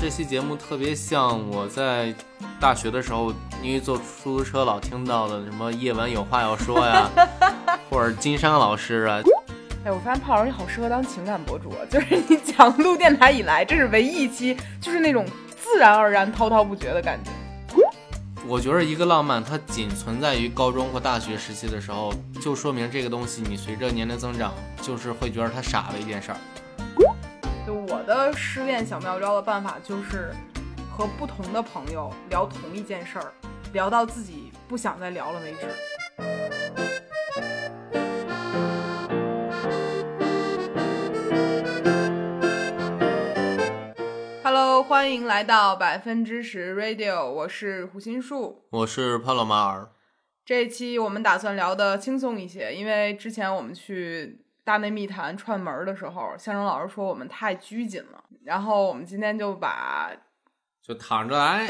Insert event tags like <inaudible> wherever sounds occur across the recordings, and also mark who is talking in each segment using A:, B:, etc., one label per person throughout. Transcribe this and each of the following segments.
A: 这期节目特别像我在大学的时候，因为坐出租车老听到的什么“夜晚有话要说”呀，或者金山老师啊，
B: 哎，我发现泡儿你好适合当情感博主，啊，就是 <laughs> 你讲录电台以来，这是唯一一期，就是那种自然而然、滔滔不绝的感觉。
A: 我觉得一个浪漫，它仅存在于高中或大学时期的时候，就说明这个东西你随着年龄增长，就是会觉得它傻的一件事儿。
B: 就我的失恋小妙招的办法就是和不同的朋友聊同一件事儿，聊到自己不想再聊了为止。Hello，欢迎来到百分之十 Radio，我是胡心树。
A: 我是帕洛马尔，
B: 这一期我们打算聊的轻松一些，因为之前我们去大内密谈串门儿的时候，向荣老师说我们太拘谨了，然后我们今天就把
A: 就躺着哎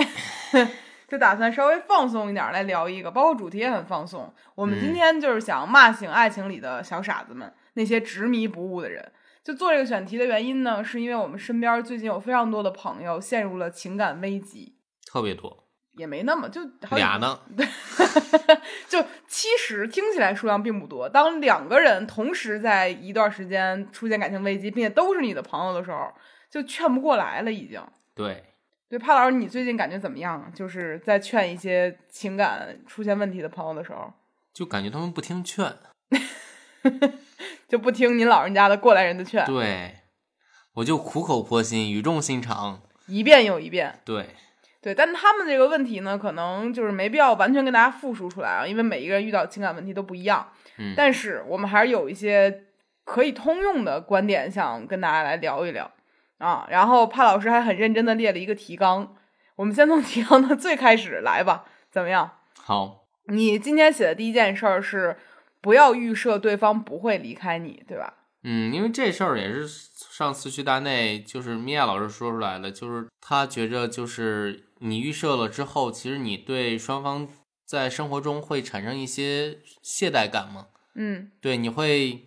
A: 来。
B: 就打算稍微放松一点儿来聊一个，包括主题也很放松。我
A: 嗯
B: 们今天就是想骂醒爱情里的小傻子们，那些执迷不悟的人。就做这个选题的原因呢，是因为我们身边最近有非常多的朋友陷入了情感危机，
A: 特别多，
B: 也没那么就好几
A: 俩呢？
B: <laughs> 就其实听起来数量并不多。当两个人同时在一段时间出现感情危机，并且都是你的朋友的时候，就劝不过来了，已经。
A: 对，
B: 对，帕老师，你最近感觉怎么样啊？就是在劝一些情感出现问题的朋友的时候，
A: 就感觉他们不听劝。
B: 就不听您老人家的过来人的劝，
A: 对，我就苦口婆心，语重心长。
B: 一遍又一遍。
A: 对，
B: 对，但他们这个问题呢，可能就是没必要完全跟大家复述出来啊，因为每一个人遇到情感问题都不一样。
A: 嗯
B: 但是我们还是有一些可以通用的观点，想跟大家来聊一聊啊。然后帕老师还很认真的列了一个提纲，我们先从 <laughs> 提纲的最开始来吧，怎么样？
A: 好，
B: 你今天写的第一件事儿是不要预设对方不会离开你，对吧？
A: 嗯，因为这事儿也是上次去大内，就是米娅老师说出来的，就是他觉着就是你预设了之后，其实你对双方在生活中会产生一些懈怠感嘛。
B: 嗯，
A: 对，你会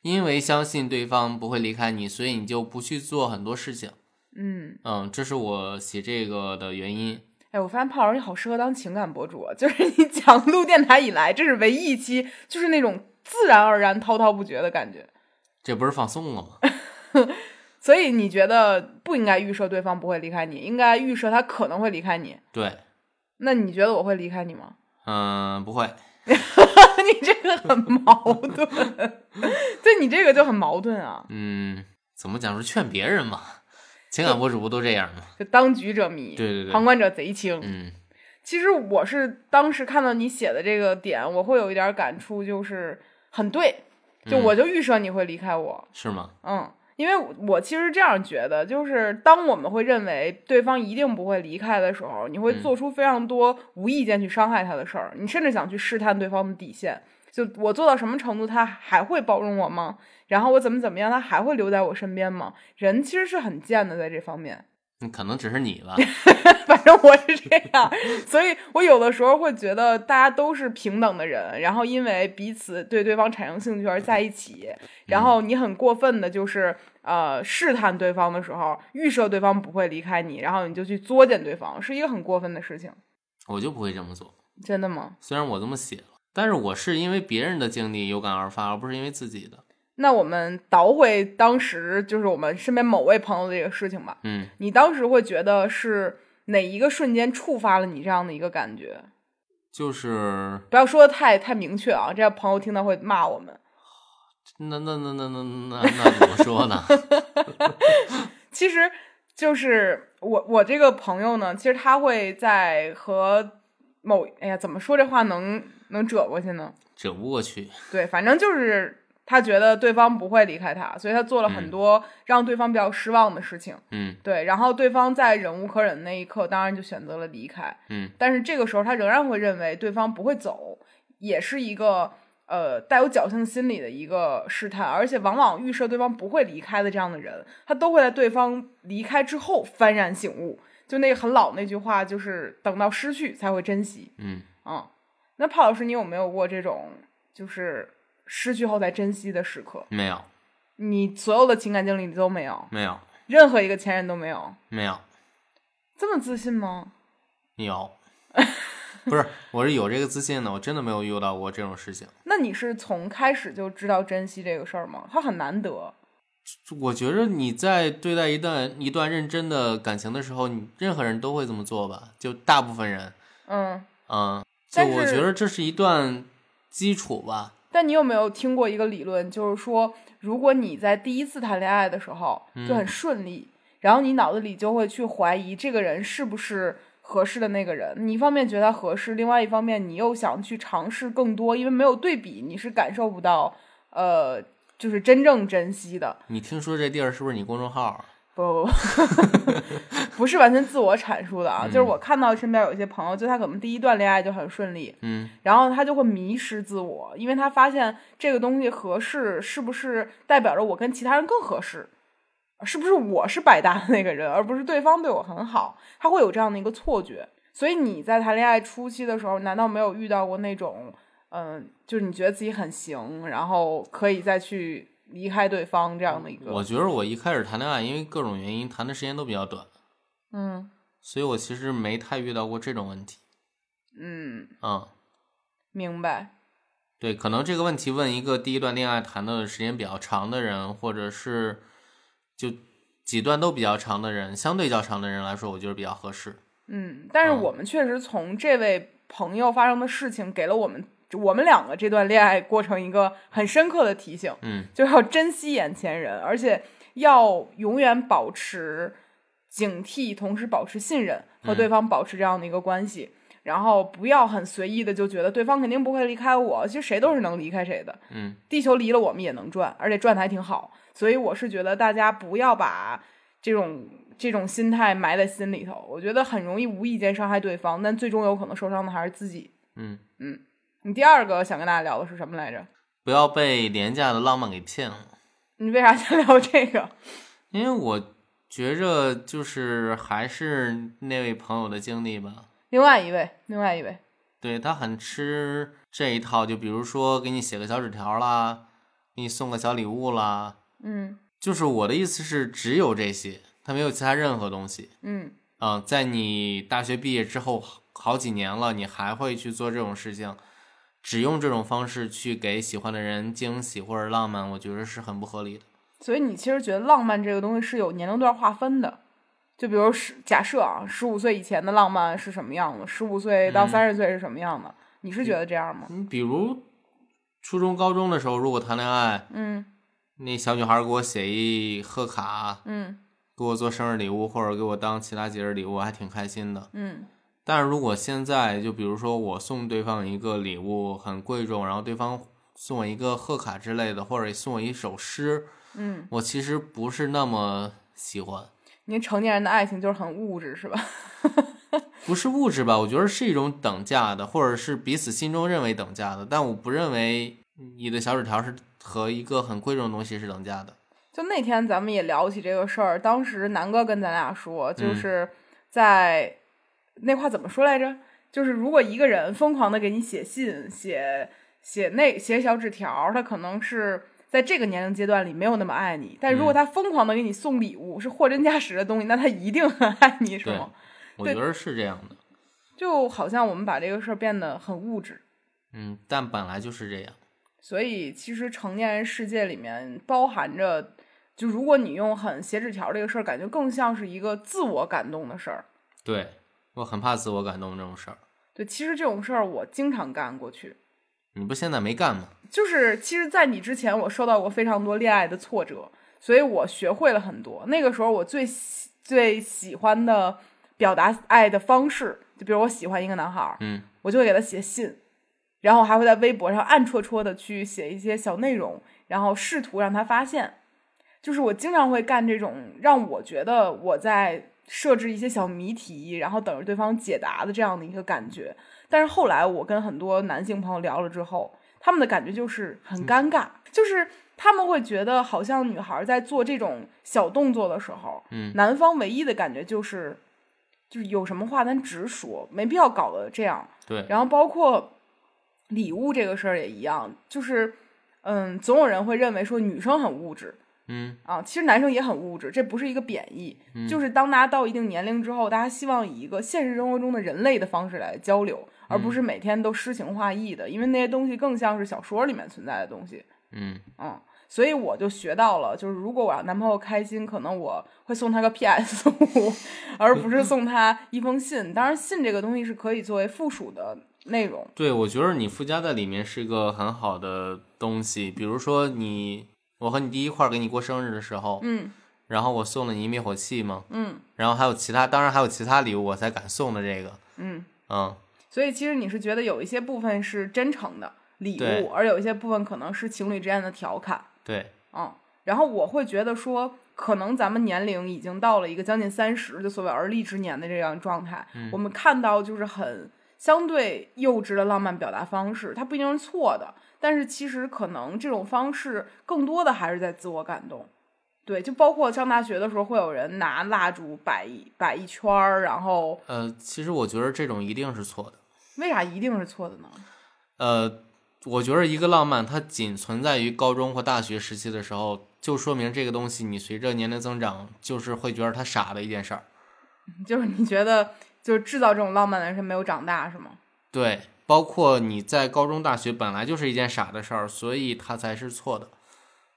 A: 因为相信对方不会离开你，所以你就不去做很多事情。
B: 嗯，
A: 嗯，这是我写这个的原因。
B: 哎，我发现胖老师你好适合当情感博主啊，就是 <laughs> 你讲录电台以来，这是唯一一期就是那种自然而然、滔滔不绝的感觉。
A: 这不是放松了吗？
B: 所以你觉得不应该预设对方不会离开你，应该预设他可能会离开你。
A: 对，
B: 那你觉得我会离开你吗？ <laughs>
A: 嗯，不会。
B: 你这个很矛盾， <laughs> 对你这个就很矛盾啊，
A: 嗯，怎么讲是劝别人嘛？情感博主不都这样吗？
B: 就当局者迷，
A: 对对对
B: 旁观者贼清。
A: 嗯
B: 其实我是当时看到你写的这个点，我会有一点感触，就是很对，就
A: 嗯
B: 我就预设你会离开我，
A: 是吗？
B: 嗯，因为我我其实这样觉得，就是当我们会认为对方一定不会离开的时候，你会
A: 嗯
B: 做出非常多无意间去伤害他的事儿，你甚至想去试探对方的底线。就我做到什么程度，他还会包容我吗？然后我怎么怎么样，他还会留在我身边吗？人其实是很贱的，在这方面。
A: 那可能只是你吧。 <laughs>
B: <laughs> 反正我是这样，所以我有的时候会觉得大家都是平等的人，然后因为彼此对对方产生兴趣而在一起，然后你很过分的就是呃试探对方的时候，预设对方不会离开你，然后你就去作践对方，是一个很过分的事情，
A: 我就不会这么做。
B: 真的吗？
A: 虽然我这么写了，但是我是因为别人的经历有感而发，而不是因为自己的。
B: 那我们倒回当时就是我们身边某位朋友的这个事情吧，
A: 嗯，
B: 你当时会觉得是哪一个瞬间触发了你这样的一个感觉？
A: 就是
B: 不要说的太太明确啊，这样朋友听到会骂我们。
A: 那那那那那那那怎么说呢？ <laughs>
B: 其实就是我我这个朋友呢，其实他会在和某哎呀，怎么说这话能能折过去呢？
A: 折不过去。
B: 对，反正就是他觉得对方不会离开他，所以他做了很多让对方比较失望的事情。
A: 嗯
B: 对，然后对方在忍无可忍那一刻，当然就选择了离开。
A: 嗯，
B: 但是这个时候他仍然会认为对方不会走，也是一个呃带有侥幸心理的一个试探，而且往往预设对方不会离开的这样的人，他都会在对方离开之后幡然醒悟。就那个很老那句话，就是等到失去才会珍惜。
A: 嗯，
B: 嗯，那帕老师，你有没有过这种就是失去后才珍惜的时刻？
A: 没有
B: 你所有的情感经历你都没有，
A: 没有
B: 任何一个前任都没有。
A: 没有，
B: 这么自信吗？
A: 有，不是，我是有这个自信的，我真的没有遇到过这种事情。
B: 那你是从开始就知道珍惜这个事儿吗？它很难得。
A: 我觉着你在对待一段一段认真的感情的时候，你任何人都会这么做吧？就大部分人，
B: 嗯，
A: 嗯，就
B: 但
A: 我
B: 是
A: 觉得这是一段基础吧。
B: 但你有没有听过一个理论，就是说，如果你在第一次谈恋爱的时候就很顺利，然后你脑子里就会去怀疑这个人是不是合适的那个人。你一方面觉得他合适，另外一方面你又想去尝试更多，因为没有对比，你是感受不到，呃，就是真正珍惜的。
A: 你听说这地儿是不是你公众号？
B: 不不 <laughs> 不，不是完全自我阐述的啊，
A: 嗯
B: 就是我看到身边有一些朋友，就他可能第一段恋爱就很顺利，
A: 嗯，
B: 然后他就会迷失自我，因为他发现这个东西合适是不是代表着我跟其他人更合适，是不是我是百搭的那个人，而不是对方对我很好，他会有这样的一个错觉。所以你在谈恋爱初期的时候，难道没有遇到过那种，嗯、就是你觉得自己很行，然后可以再去离开对方这样的一个？
A: 我觉得我一开始谈恋爱，因为各种原因谈的时间都比较短，
B: 嗯
A: 所以我其实没太遇到过这种问题。
B: 嗯，
A: 嗯，
B: 明白。
A: 对，可能这个问题问一个第一段恋爱谈的时间比较长的人，或者是就几段都比较长的人，相对较长的人来说，我觉得比较合适。
B: 嗯，但是
A: 嗯
B: 我们确实从这位朋友发生的事情，给了我们我们两个这段恋爱过程一个很深刻的提醒，
A: 嗯，
B: 就要珍惜眼前人，而且要永远保持警惕，同时保持信任，
A: 嗯
B: 和对方保持这样的一个关系。然后不要很随意的就觉得对方肯定不会离开我，其实谁都是能离开谁的。
A: 嗯，
B: 地球离了我们也能转，而且转的还挺好。所以我是觉得大家不要把这种这种心态埋在心里头，我觉得很容易无意间伤害对方，但最终有可能受伤的还是自己。
A: 嗯
B: 嗯，你第二个想跟大家聊的是什么来着？
A: 不要被廉价的浪漫给骗了，
B: 你为啥想聊这个？
A: 因为我觉着就是还是那位朋友的经历吧，
B: 另外一位，另外一位，
A: 对他很吃这一套，就比如说给你写个小纸条啦，给你送个小礼物啦，
B: 嗯
A: 就是我的意思是只有这些，他没有其他任何东西。
B: 嗯
A: 嗯、在你大学毕业之后好好几年了，你还会去做这种事情，只用这种方式去给喜欢的人惊喜或者浪漫，我觉得是很不合理的。
B: 所以你其实觉得浪漫这个东西是有年龄段划分的，就比如十假设啊，十五岁以前的浪漫是什么样的，十五岁到三十岁是什么样的？你是觉得这样吗？
A: 你比如初中、高中的时候，如果谈恋爱，
B: 嗯
A: 那小女孩给我写一贺卡，
B: 嗯
A: 给我做生日礼物，或者给我当其他节日礼物，我还挺开心的。
B: 嗯
A: 但是如果现在就比如说我送对方一个礼物很贵重，然后对方送我一个贺卡之类的，或者送我一首诗，
B: 嗯，
A: 我其实不是那么喜欢，
B: 你成年人的爱情就是很物质，是吧？
A: 不是物质吧？我觉得是一种等价的，或者是彼此心中认为等价的，但我不认为你的小纸条是和一个很贵重的东西是等价的。
B: 就那天咱们也聊起这个事儿，当时南哥跟咱俩说，就
A: 嗯
B: 是在、那话怎么说来着？就是如果一个人疯狂的给你写信、写写那写小纸条，他可能是在这个年龄阶段里没有那么爱你，但如
A: 嗯
B: 果他疯狂的给你送礼物，是货真价实的东西，那他一定很爱你，是
A: 对
B: 吗？
A: 我
B: 对
A: 觉得是这样的，
B: 就好像我们把这个事儿变得很物质。
A: 嗯，但本来就是这样。
B: 所以其实成年人世界里面包含着，就如果你用很写纸条这个事儿，感觉更像是一个自我感动的事儿。
A: 对我很怕自我感动这种事儿，
B: 对，其实这种事儿我经常干过去。
A: 你不现在没干吗？
B: 就是其实，在你之前，我受到过非常多恋爱的挫折，所以我学会了很多。那个时候，我最喜最喜欢的表达爱的方式，就比如我喜欢一个男孩儿，
A: 嗯，
B: 我就会给他写信，然后还会在微博上暗戳戳的去写一些小内容，然后试图让他发现。就是我经常会干这种让我觉得我在设置一些小谜题，然后等着对方解答的这样的一个感觉。但是后来我跟很多男性朋友聊了之后，他们的感觉就是很尴尬，就是他们会觉得好像女孩在做这种小动作的时候，
A: 嗯
B: 男方唯一的感觉就是就是有什么话咱直说，没必要搞得这样。
A: 对，
B: 然后包括礼物这个事儿也一样，就是嗯，总有人会认为说女生很物质，
A: 嗯
B: 啊，其实男生也很物质，这不是一个贬义，就是当大家到一定年龄之后，大家希望以一个现实生活中的人类的方式来交流，而不是每天都诗情画意的，因为那些东西更像是小说里面存在的东西。
A: 嗯
B: 嗯，所以我就学到了，就是如果我让男朋友开心，可能我会送他个 PS 五，而不是送他一封信。当然，信这个东西是可以作为附属的内容。
A: 对，我觉得你附加在里面是个很好的东西。比如说你，我和你第一块儿给你过生日的时候，
B: 嗯
A: 然后我送了你一灭火器嘛，
B: 嗯
A: 然后还有其他，当然还有其他礼物，我才敢送的这个，
B: 嗯，
A: 嗯，
B: 所以其实你是觉得有一些部分是真诚的礼
A: 对
B: 物，而有一些部分可能是情侣之间的调侃。
A: 对，
B: 嗯，然后我会觉得说，可能咱们年龄已经到了一个将近三十，就所谓而立之年的这样状态，我们看到就是很相对幼稚的浪漫表达方式，它不一定是错的，但是其实可能这种方式更多的还是在自我感动。对，就包括上大学的时候，会有人拿蜡烛摆一摆一圈儿，然后
A: 呃，其实我觉得这种一定是错的。
B: 为啥一定是错的呢？
A: 呃，我觉得一个浪漫，它仅存在于高中或大学时期的时候，就说明这个东西你随着年龄增长，就是会觉得它傻的一件事儿。
B: 就是你觉得，就是制造这种浪漫的人是没有长大是吗？嗯
A: 对，包括你在高中、大学本来就是一件傻的事儿，所以它才是错的。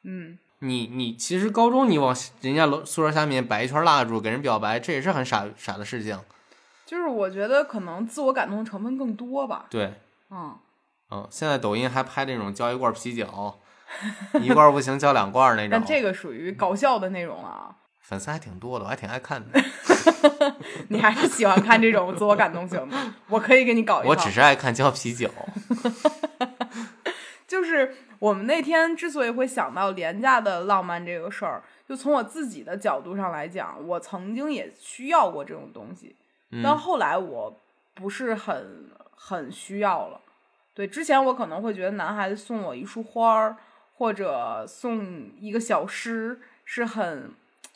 B: 嗯，
A: 你你其实高中你往人家楼宿舍下面摆一圈蜡烛给人表白，这也是很傻傻的事情。
B: 就是我觉得可能自我感动的成分更多吧。
A: 对，
B: 嗯，
A: 嗯，现在抖音还拍那种交一罐啤酒，一罐不行交两罐
B: <laughs>
A: 那
B: 但
A: 种，
B: 这个属于搞笑的内容啊，
A: 粉丝还挺多的，我还挺爱看
B: <laughs>
A: 的。
B: 你还是喜欢看这种自我感动型的？我可以给你搞一
A: 我
B: 套
A: 只。是爱看交啤酒。
B: 就是我们那天之所以会想到廉价的浪漫这个事儿，就从我自己的角度上来讲，我曾经也需要过这种东西，但后来我不是很很需要了。对，之前我可能会觉得男孩子送我一束花儿，或者送一个小诗，是很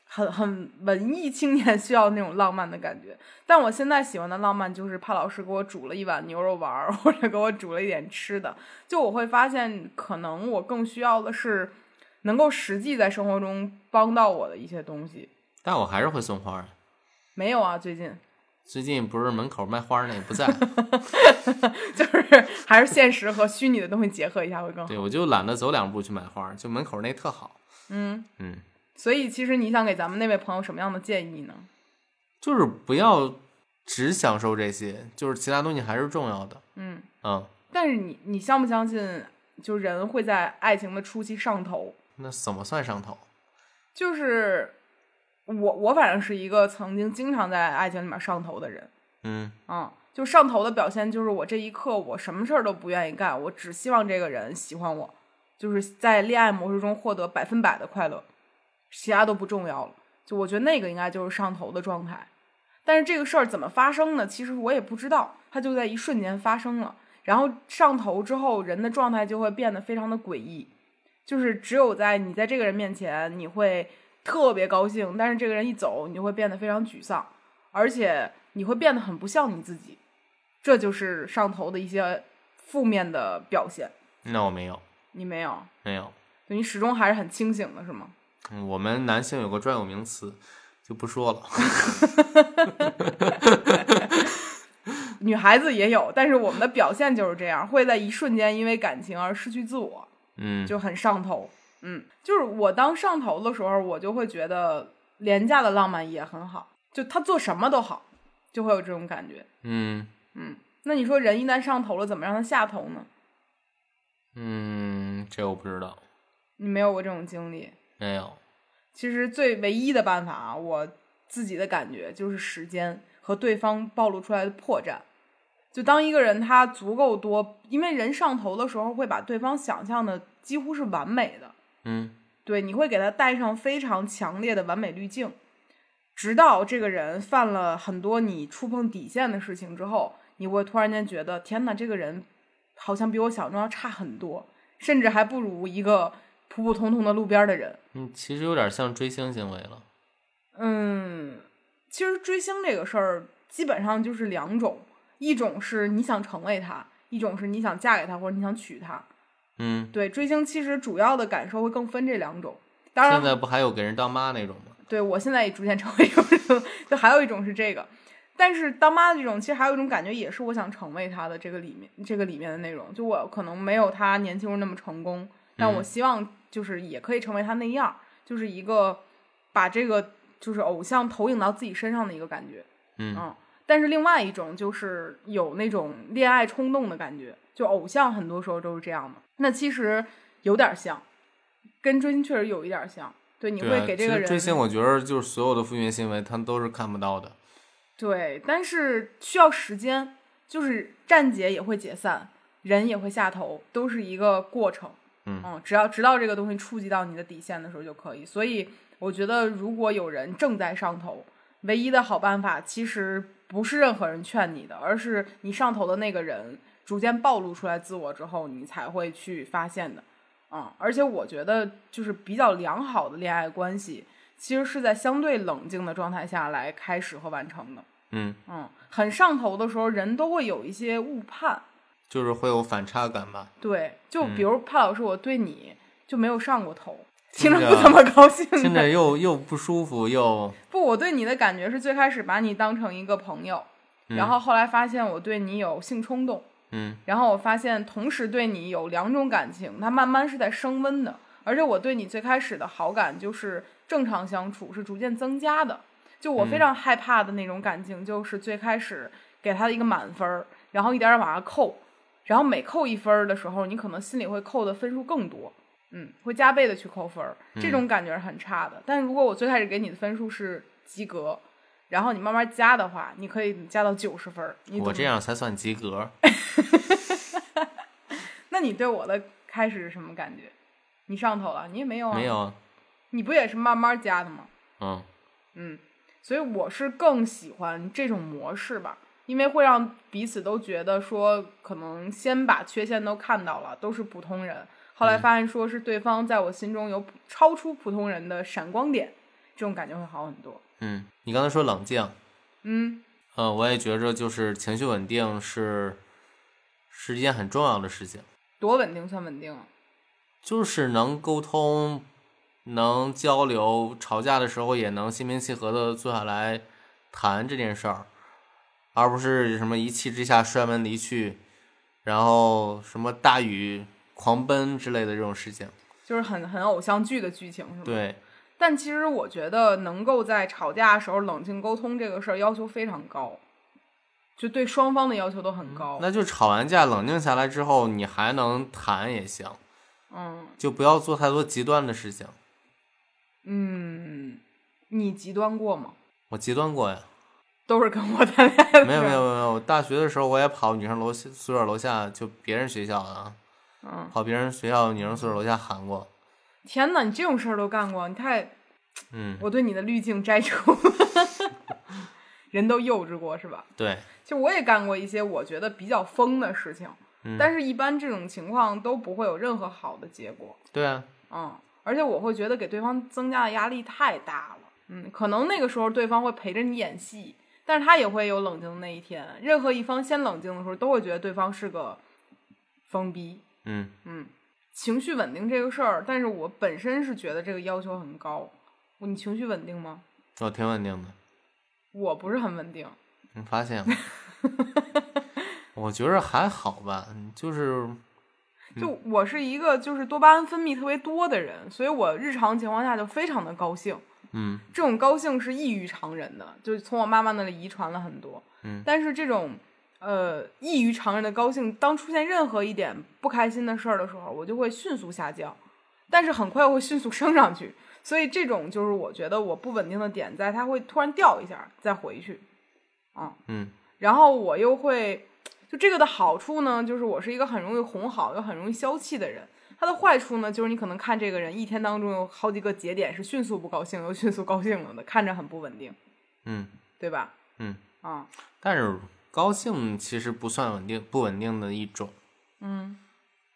B: 很很文艺青年需要那种浪漫的感觉。但我现在喜欢的浪漫就是怕老师给我煮了一碗牛肉丸儿，或者给我煮了一点吃的。就我会发现，可能我更需要的是能够实际在生活中帮到我的一些东西。
A: 但我还是会送花儿。
B: 没有啊，最近
A: 最近不是门口卖花儿那也不
B: <laughs>
A: 在，
B: 就是 <laughs> 还是现实和虚拟的东西结合一下会更好。
A: 对我就懒得走两步去买花儿，就门口那特好。
B: 嗯，
A: 嗯，
B: 所以其实你想给咱们那位朋友什么样的建议呢？
A: 就是不要只享受这些，就是其他东西还是重要的。
B: 嗯，
A: 嗯，
B: 但是你你相不相信，就人会在爱情的初期上头？
A: 那怎么算上头？
B: 就是我我反正是一个曾经经常在爱情里面上头的人，
A: 嗯
B: 嗯，就上头的表现就是我这一刻我什么事儿都不愿意干，我只希望这个人喜欢我，就是在恋爱模式中获得百分百的快乐，其他都不重要了。就我觉得那个应该就是上头的状态，但是这个事儿怎么发生的，其实我也不知道，它就在一瞬间发生了。然后上头之后，人的状态就会变得非常的诡异，就是只有在你在这个人面前，你会特别高兴，但是这个人一走，你就会变得非常沮丧。而且你会变得很不像你自己，这就是上头的一些负面的表现。
A: 那我没有，
B: 你没有，
A: 没有。
B: 就你始终还是很清醒的，是吗？
A: 嗯我们男性有个专有名词，就不说了。
B: 女孩子也有，但是我们的表现就是这样，会在一瞬间因为感情而失去自我，
A: 嗯，
B: 就很上头。嗯，就是我当上头的时候，我就会觉得廉价的浪漫也很好，就他做什么都好，就会有这种感觉。
A: 嗯
B: 那你说人一旦上头了，怎么让他下头呢？
A: 嗯，这我不知道，
B: 你没有过这种经历？
A: 没有。
B: 其实最唯一的办法啊，我自己的感觉就是时间和对方暴露出来的破绽。就当一个人他足够多，因为人上头的时候会把对方想象的几乎是完美的，
A: 嗯
B: 对，你会给他带上非常强烈的完美滤镜，直到这个人犯了很多你触碰底线的事情之后，你会突然间觉得，天哪，这个人好像比我想象中要差很多，甚至还不如一个普普通通的路边的人。
A: 嗯，其实有点像追星行为了。
B: 嗯，其实追星这个事儿基本上就是两种，一种是你想成为他，一种是你想嫁给他或者你想娶他。
A: 嗯
B: 对，追星其实主要的感受会更分这两种。当然
A: 现，在不还有给人当妈那种吗？
B: 对我现在也逐渐成为一种，就还有一种是这个。但是当妈的这种，其实还有一种感觉，也是我想成为她的这个里面这个里面的内容。就我可能没有她年轻时候那么成功，但
A: 嗯
B: 我希望就是也可以成为她那样，就是一个把这个就是偶像投影到自己身上的一个感觉。
A: 嗯
B: 但是另外一种就是有那种恋爱冲动的感觉，就偶像很多时候都是这样的。那其实有点像，跟追星确实有一点像。对，你
A: 对
B: 会
A: 啊，
B: 给
A: 其
B: 这个
A: 实
B: 人
A: 追星，我觉得就是所有的负面新闻，他们都是看不到的。
B: 对，但是需要时间，就是站姐也会解散，人也会下头，都是一个过程。
A: 嗯
B: 只要直到这个东西触及到你的底线的时候就可以。所以我觉得，如果有人正在上头，唯一的好办法其实不是任何人劝你的，而是你上头的那个人逐渐暴露出来自我之后，你才会去发现的。嗯，而且我觉得就是比较良好的恋爱关系，其实是在相对冷静的状态下来开始和完成的。
A: 嗯，
B: 嗯，很上头的时候，人都会有一些误判。
A: 就是会有反差感
B: <laughs>
A: 吧。
B: 对，就比如潘老师，我对你就没有上过头，听
A: 听
B: 着
A: 着
B: 不怎么高兴
A: 听
B: 的。
A: 着又又不舒服，又
B: 不，我对你的感觉是最开始把你当成一个朋友，然后后来发现我对你有性冲动，
A: 嗯
B: 然后我发现同时对你有两种感情，它慢慢是在升温的。而且我对你最开始的好感就是正常相处是逐渐增加的。就我非常害怕的那种感情，就是最开始给他的一个满分儿，然后一点点往下扣，然后每扣一分儿的时候，你可能心里会扣的分数更多，嗯，会加倍的去扣分儿，这种感觉是很差的。但如果我最开始给你的分数是及格，然后你慢慢加的话，你可以加到九十分儿。你懂
A: 我这
B: 吗
A: 样才算及格。
B: 那你对我的开始是什么感觉？你上头了，你也没有啊？
A: 没，有啊，
B: 你不也是慢慢加的吗？
A: 嗯
B: 嗯，所以我是更喜欢这种模式吧，因为会让彼此都觉得说，可能先把缺陷都看到了，都是普通人，后
A: 嗯
B: 来发现说是对方在我心中有普超出普通人的闪光点，这种感觉会好很多。
A: 嗯。你刚才说冷静，
B: 嗯，
A: 嗯，我也觉着就是情绪稳定是是一件很重要的事情，
B: 多稳定算稳定啊？
A: 就是能沟通、能交流，吵架的时候也能心平气和的坐下来谈这件事儿，而不是什么一气之下摔门离去，然后什么大雨狂奔之类的这种事情。
B: 就是很很偶像剧的剧情是吗？
A: 对，
B: 但其实我觉得能够在吵架的时候冷静沟通这个事儿要求非常高，就对双方的要求都很高。
A: 嗯那就吵完架冷静下来之后，你还能谈也行，
B: 嗯
A: 就不要做太多极端的事情。
B: 嗯，你极端过吗？
A: 我极端过呀。
B: 都是跟我谈恋爱的。
A: 没有没有。没有，我大学的时候我也跑女生楼下宿舍楼下，就别人学校的啊，
B: 嗯，
A: 跑别人学校女生宿舍楼下喊过。
B: 天哪，你这种事儿都干过，你太……
A: 嗯，
B: 我对你的滤镜摘除了。 <laughs> 人都幼稚过是吧？
A: 对，
B: 就我也干过一些我觉得比较疯的事情，
A: 嗯
B: 但是一般这种情况都不会有任何好的结果。
A: 对啊，
B: 嗯，而且我会觉得给对方增加的压力太大了。嗯，可能那个时候对方会陪着你演戏，但是他也会有冷静的那一天。任何一方先冷静的时候，都会觉得对方是个疯逼。
A: 嗯，
B: 嗯，情绪稳定这个事儿，但是我本身是觉得这个要求很高。你情绪稳定吗？
A: 我挺稳定的，
B: 我不是很稳定。
A: 你发现了？ <laughs> 我觉着还好吧，就是
B: 就我是一个就是多巴胺分泌特别多的人，所以我日常情况下就非常的高兴。
A: 嗯，
B: 这种高兴是异于常人的，就是从我妈妈那里遗传了很多。
A: 嗯
B: 但是这种呃异于常人的高兴，当出现任何一点不开心的事儿的时候，我就会迅速下降，但是很快会迅速升上去。所以这种就是我觉得我不稳定的点在，它会突然掉一下再回去，啊，
A: 嗯，
B: 然后我又会，就这个的好处呢，就是我是一个很容易哄好又很容易消气的人。它的坏处呢，就是你可能看这个人一天当中有好几个节点是迅速不高兴又迅速高兴了的，看着很不稳定，
A: 嗯
B: 对吧？
A: 嗯，
B: 啊，
A: 但是高兴其实不算稳定不稳定的一种。
B: 嗯，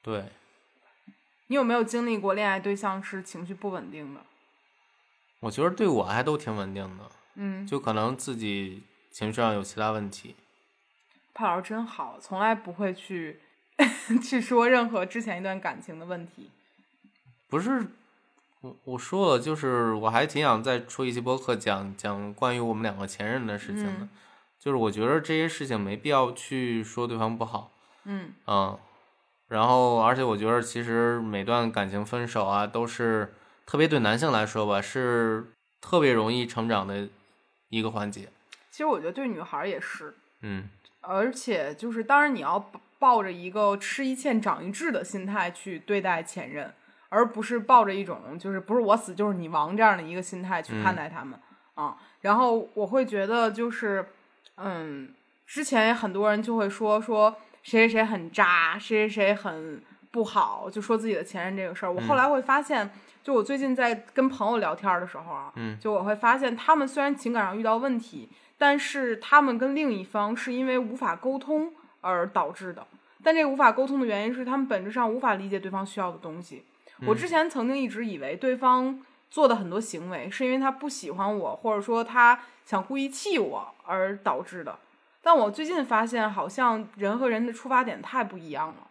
A: 对，
B: 你有没有经历过恋爱对象是情绪不稳定的？
A: 我觉得对我还都挺稳定的，
B: 嗯，
A: 就可能自己情绪上有其他问题。
B: 潘老师真好，从来不会去 <laughs> 去说任何之前一段感情的问题。
A: 不是我我说了，就是我还挺想再出一期播客讲讲关于我们两个前任的事情的，
B: 嗯
A: 就是我觉得这些事情没必要去说对方不好，
B: 嗯
A: 嗯，然后而且我觉得其实每段感情分手啊，都是特别对男性来说吧，是特别容易成长的一个环节，
B: 其实我觉得对女孩儿也是，
A: 嗯
B: 而且就是，当然你要抱抱着一个吃一堑长一智的心态去对待前任，而不是抱着一种就是不是我死就是你亡这样的一个心态去看待他们、啊。然后我会觉得就是，嗯，之前很多人就会说说谁谁谁很渣，谁谁谁很不好，就说自己的前任这个事儿。我后来会发现，就我最近在跟朋友聊天的时候啊，
A: 嗯
B: 就我会发现他们虽然情感上遇到问题，但是他们跟另一方是因为无法沟通而导致的。但这个无法沟通的原因是他们本质上无法理解对方需要的东西。我之前曾经一直以为对方做的很多行为是因为他不喜欢我，或者说他想故意气我而导致的。但我最近发现，好像人和人的出发点太不一样了，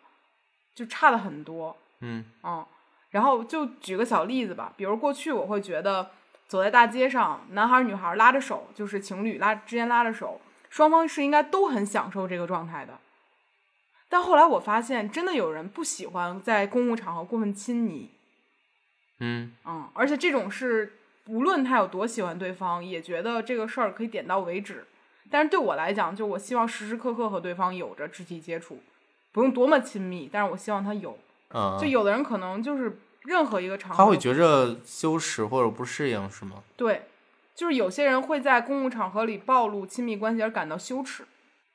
B: 就差了很多。
A: 嗯
B: 嗯，然后就举个小例子吧，比如过去我会觉得走在大街上，男孩儿女孩儿拉着手，就是情侣拉之间拉着手，双方是应该都很享受这个状态的。但后来我发现，真的有人不喜欢在公共场合过分亲昵，
A: 嗯
B: 嗯，而且这种是无论他有多喜欢对方，也觉得这个事儿可以点到为止。但是对我来讲，就我希望时时刻刻和对方有着肢体接触，不用多么亲密，但是我希望他有。
A: 嗯，
B: 就有的人可能就是任何一个场合，
A: 他会觉着羞耻或者不适应是吗？
B: 对，就是有些人会在公共场合里暴露亲密关系而感到羞耻，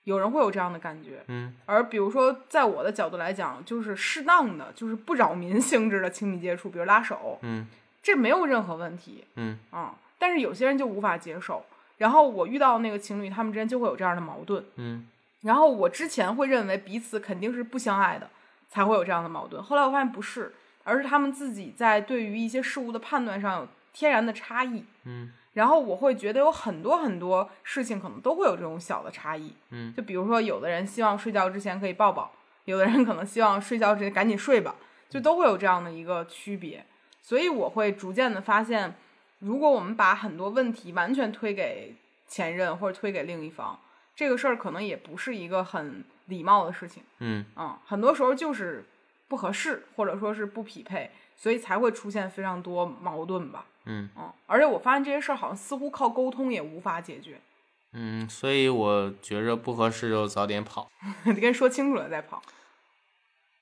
B: 有人会有这样的感觉。
A: 嗯
B: 而比如说，在我的角度来讲，就是适当的，就是不扰民性质的亲密接触，比如拉手，
A: 嗯
B: 这没有任何问题
A: 嗯
B: 啊、但是有些人就无法接受。然后我遇到那个情侣，他们之间就会有这样的矛盾。
A: 嗯
B: 然后我之前会认为彼此肯定是不相爱的，才会有这样的矛盾。后来我发现不是，而是他们自己在对于一些事物的判断上有天然的差异。
A: 嗯
B: 然后我会觉得有很多很多事情可能都会有这种小的差异，
A: 嗯
B: 就比如说有的人希望睡觉之前可以抱抱，有的人可能希望睡觉之前赶紧睡吧，
A: 嗯
B: 就都会有这样的一个区别。所以我会逐渐的发现，如果我们把很多问题完全推给前任或者推给另一方，这个事儿可能也不是一个很礼貌的事情。
A: 嗯
B: 嗯，很多时候就是不合适，或者说是不匹配，所以才会出现非常多矛盾吧。
A: 嗯
B: 嗯，而且我发现这些事儿好像似乎靠沟通也无法解决， <laughs>
A: 嗯，所以我觉着不合适就早点跑，
B: 跟人说清楚了再跑。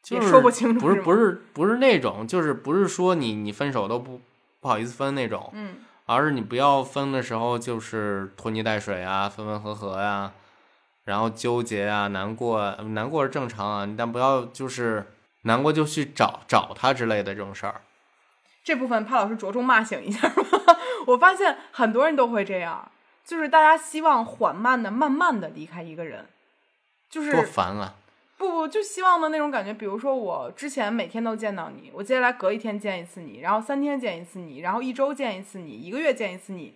A: 就
B: 也
A: 是
B: 说不清楚
A: 不是
B: 是吗
A: 不是不是那种，就是不是说你你分手都不不好意思分那种，
B: 嗯，
A: 而是你不要分的时候就是拖泥带水啊，分分合合呀、然后纠结啊，难过啊难过是正常啊，但不要就是难过就去找找他之类的这种事儿，
B: 这部分潘老师着重骂醒一下吧。 <laughs> 我发现很多人都会这样，就是大家希望缓慢的、慢慢的离开一个人，就是
A: 多烦啊！
B: 不不，就希望的那种感觉。比如说，我之前每天都见到你，我接下来隔一天见一次你，然后三天见一次你，然后一周见一次你，一个月见一次你，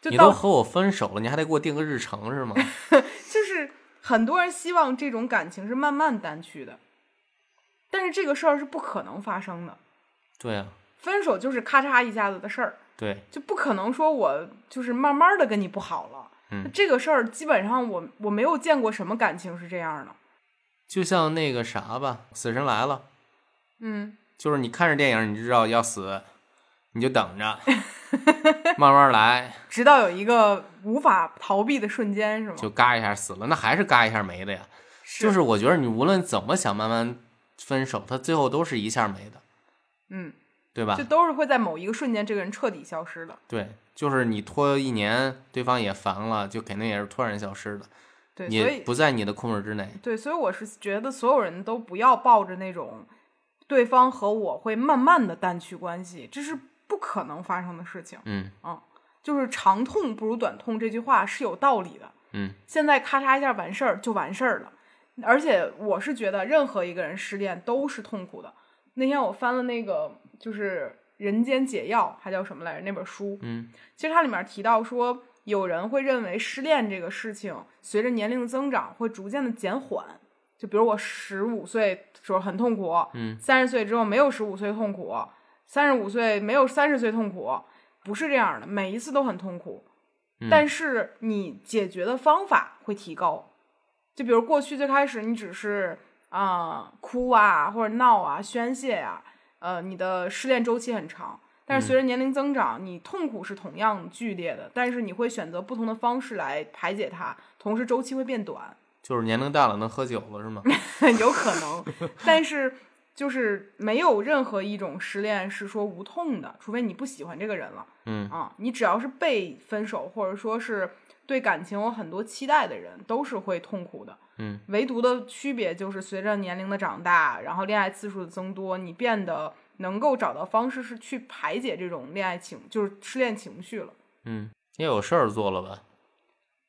B: 就
A: 你
B: 到
A: 都和我分手了，你还得给我定个日程是吗？ <laughs>
B: 就是很多人希望这种感情是慢慢淡去的，但是这个事儿是不可能发生的。
A: 对啊，
B: 分手就是咔嚓一下子的事儿，
A: 对，
B: 就不可能说我就是慢慢的跟你不好了。
A: 嗯
B: 这个事儿基本上我我没有见过什么感情是这样的。
A: 就像那个啥吧，《死神来了》，
B: 嗯，
A: 就是你看着电影，你就知道要死，你就等着， <laughs> 慢慢来，
B: 直到有一个无法逃避的瞬间，是吗？
A: 就嘎一下死了，那还是嘎一下没的呀。就是我觉得你无论怎么想慢慢分手，他最后都是一下没的，
B: 嗯，
A: 对吧
B: 就？都是会在某一个瞬间，这个人彻底消失的。
A: 对，就是你拖一年，对方也烦了，就肯定也是突然消失的，
B: 对，所
A: 也
B: 以
A: 不在你的控制之内。
B: 对，所以我是觉得所有人都不要抱着那种对方和我会慢慢的淡去关系，这是不可能发生的事情。
A: 嗯
B: 就是长痛不如短痛这句话是有道理的。
A: 嗯
B: 现在咔嚓一下完事儿就完事儿了，而且我是觉得任何一个人失恋都是痛苦的。那天我翻了那个就是《人间解药》还叫什么来着那本书，
A: 嗯
B: 其实它里面提到说，有人会认为失恋这个事情随着年龄增长会逐渐的减缓，就比如我十五岁时候很痛苦，
A: 嗯
B: 三十岁之后没有十五岁痛苦，三十五岁没有三十岁痛苦，不是这样的，每一次都很痛苦，但是你解决的方法会提高。就比如过去最开始你只是啊、哭啊或者闹啊宣泄呀、呃你的失恋周期很长，但是随着年龄增长，你痛苦是同样剧烈的，但是你会选择不同的方式来排解它，同时周期会变短。
A: 就是年龄大了能喝酒了
B: <laughs>
A: 是吗？
B: 有可能，但是就是没有任何一种失恋是说无痛的，除非你不喜欢这个人了。
A: 嗯
B: 啊，你只要是被分手，或者说是对感情有很多期待的人，都是会痛苦的。
A: 嗯，
B: 唯独的区别就是随着年龄的长大，然后恋爱次数的增多，你变得能够找到方式是去排解这种恋爱情，就是失恋情绪了。
A: 嗯，也有事儿做了吧？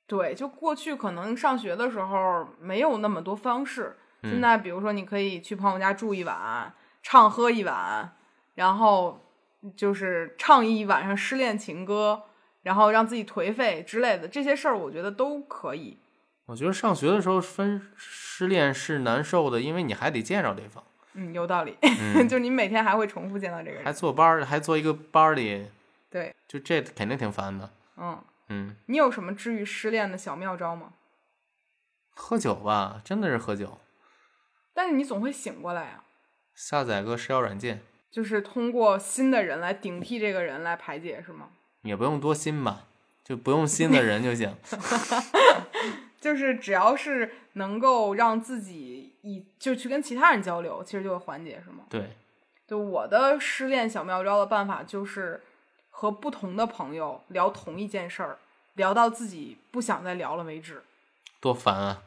B: 对，就过去可能上学的时候没有那么多方式，现在比如说你可以去朋友家住一晚，唱喝一晚，然后就是唱一晚上失恋情歌，然后让自己颓废之类的这些事儿，我觉得都可以。
A: 我觉得上学的时候分失恋是难受的，因为你还得见着对方，
B: 嗯，有道理， <laughs> 就是你每天还会重复见到这个人。
A: 还坐班儿，还坐一个班儿里，
B: 对，
A: 就这肯定挺烦的。
B: 嗯，
A: 嗯，
B: 你有什么治愈失恋的小妙招吗？
A: 喝酒吧，真的是喝酒，
B: 但是你总会醒过来啊，
A: 下载个社交软件，
B: 就是通过新的人来顶替这个人来排解，是吗？
A: 也不用多心吧，就不用心的人就行。
B: 就是只要是能够让自己以就去跟其他人交流，其实就会缓解，是吗？
A: 对，
B: 对，我的失恋小妙招的办法就是和不同的朋友聊同一件事儿，聊到自己不想再聊了为止。
A: 多烦啊！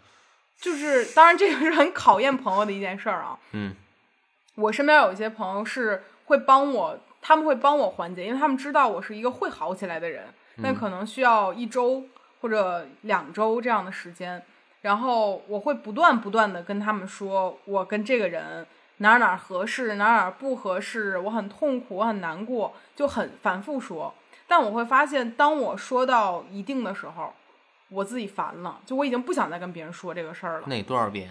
B: 就是当然这个是很考验朋友的一件事儿啊。
A: 嗯，
B: 我身边有一些朋友是会帮我，他们会帮我缓解，因为他们知道我是一个会好起来的人，那可能需要一周或者两周这样的时间。然后我会不断不断的跟他们说，我跟这个人哪儿哪儿合适，哪儿哪儿不合适，我很痛苦，我很难过，就很反复说。但我会发现，当我说到一定的时候，我自己烦了，就我已经不想再跟别人说这个事儿了。
A: 那得多少遍？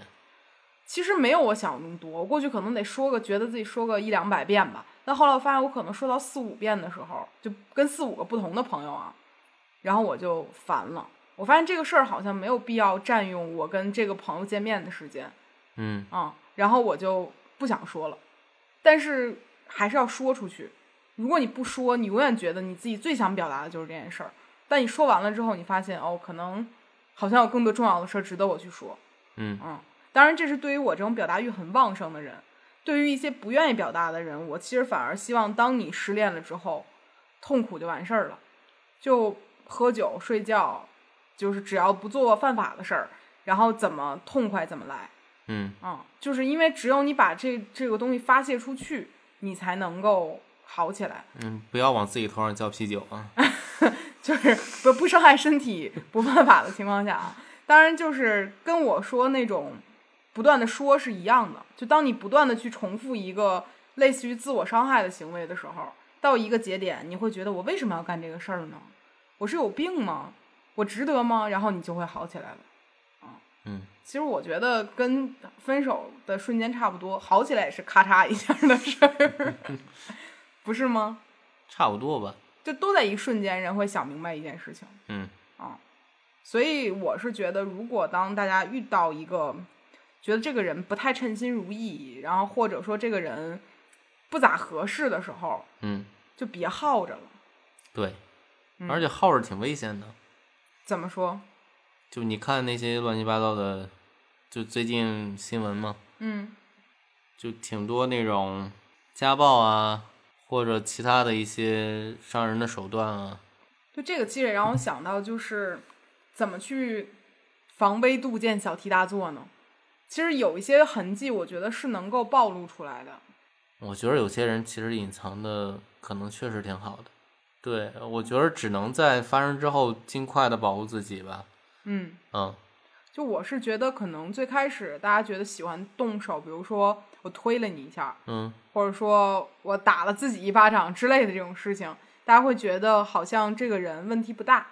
B: 其实没有我想的那么多，我过去可能得说个，觉得自己说个一两百遍吧。但后来我发现，我可能说到四五遍的时候，就跟四五个不同的朋友啊，然后我就烦了。我发现这个事儿好像没有必要占用我跟这个朋友见面的时间
A: 嗯，
B: 啊、然后我就不想说了。但是还是要说出去。如果你不说，你永远觉得你自己最想表达的就是这件事儿。但你说完了之后，你发现哦，可能好像有更多重要的事儿值得我去说。啊
A: 嗯
B: 当然，这是对于我这种表达欲很旺盛的人。对于一些不愿意表达的人，我其实反而希望，当你失恋了之后，痛苦就完事儿了，就喝酒、睡觉，就是只要不做犯法的事儿，然后怎么痛快怎么来
A: 嗯，
B: 啊、就是因为只有你把这这个东西发泄出去，你才能够好起来。
A: 嗯，不要往自己头上浇啤酒啊！ <laughs>
B: 就是不不伤害身体、不犯法的情况下啊。当然，就是跟我说那种不断的说是一样的。就当你不断的去重复一个类似于自我伤害的行为的时候，到一个节点，你会觉得我为什么要干这个事儿呢？我是有病吗？我值得吗？然后你就会好起来了。啊
A: 嗯，
B: 其实我觉得跟分手的瞬间差不多，好起来也是咔嚓一下的事儿， <laughs> 不是吗？
A: 差不多吧。
B: 就都在一瞬间，人会想明白一件事情。啊
A: 嗯，
B: 所以我是觉得，如果当大家遇到一个觉得这个人不太称心如意，然后或者说这个人不咋合适的时候，
A: 嗯，
B: 就别耗着了。
A: 对，而且耗着挺危险的。
B: 怎么说？
A: 就你看那些乱七八糟的，就最近新闻嘛，
B: 嗯
A: 就挺多那种家暴啊，或者其他的一些伤人的手段啊。
B: 就这个其实也让我想到，就是怎么去防微杜渐、小题大做呢？其实有一些痕迹，我觉得是能够暴露出来的。
A: 我觉得有些人其实隐藏的可能确实挺好的。对，我觉得只能在发生之后尽快的保护自己吧。
B: 嗯，
A: 嗯
B: 就我是觉得，可能最开始大家觉得喜欢动手，比如说我推了你一下，
A: 嗯，
B: 或者说我打了自己一巴掌之类的这种事情，大家会觉得好像这个人问题不大。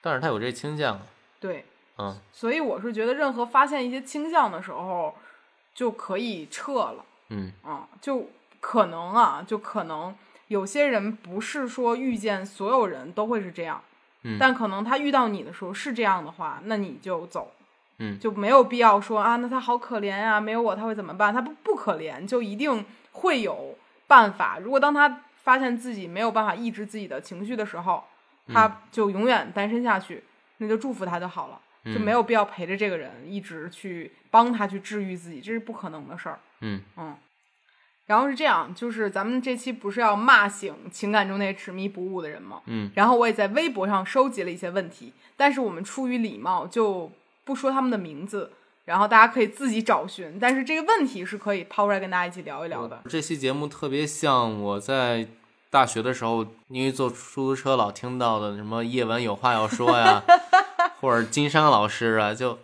A: 但是他有这倾向啊。
B: 对，
A: 嗯，
B: 所以我是觉得，任何发现一些倾向的时候，就可以撤了
A: 嗯
B: 啊、就可能啊，就可能有些人不是说遇见所有人都会是这样，
A: 嗯
B: 但可能他遇到你的时候是这样的话，那你就走，
A: 嗯
B: 就没有必要说啊，那他好可怜啊，没有我他会怎么办？他不不可怜，就一定会有办法。如果当他发现自己没有办法抑制自己的情绪的时候，
A: 嗯
B: 他就永远单身下去，那就祝福他就好了。就没有必要陪着这个人一直去帮他去治愈自己，这是不可能的事儿。
A: 嗯
B: 嗯，然后是这样，就是咱们这期不是要骂醒情感中那些执迷不悟的人吗？
A: 嗯，
B: 然后我也在微博上收集了一些问题，但是我们出于礼貌就不说他们的名字，然后大家可以自己找寻。但是这个问题是可以抛出来跟大家一起聊一聊的。
A: 这期节目特别像我在大学的时候，因为坐出租车老听到的什么“夜晚有话要说”呀，
B: <laughs>
A: 或者金山老师啊，就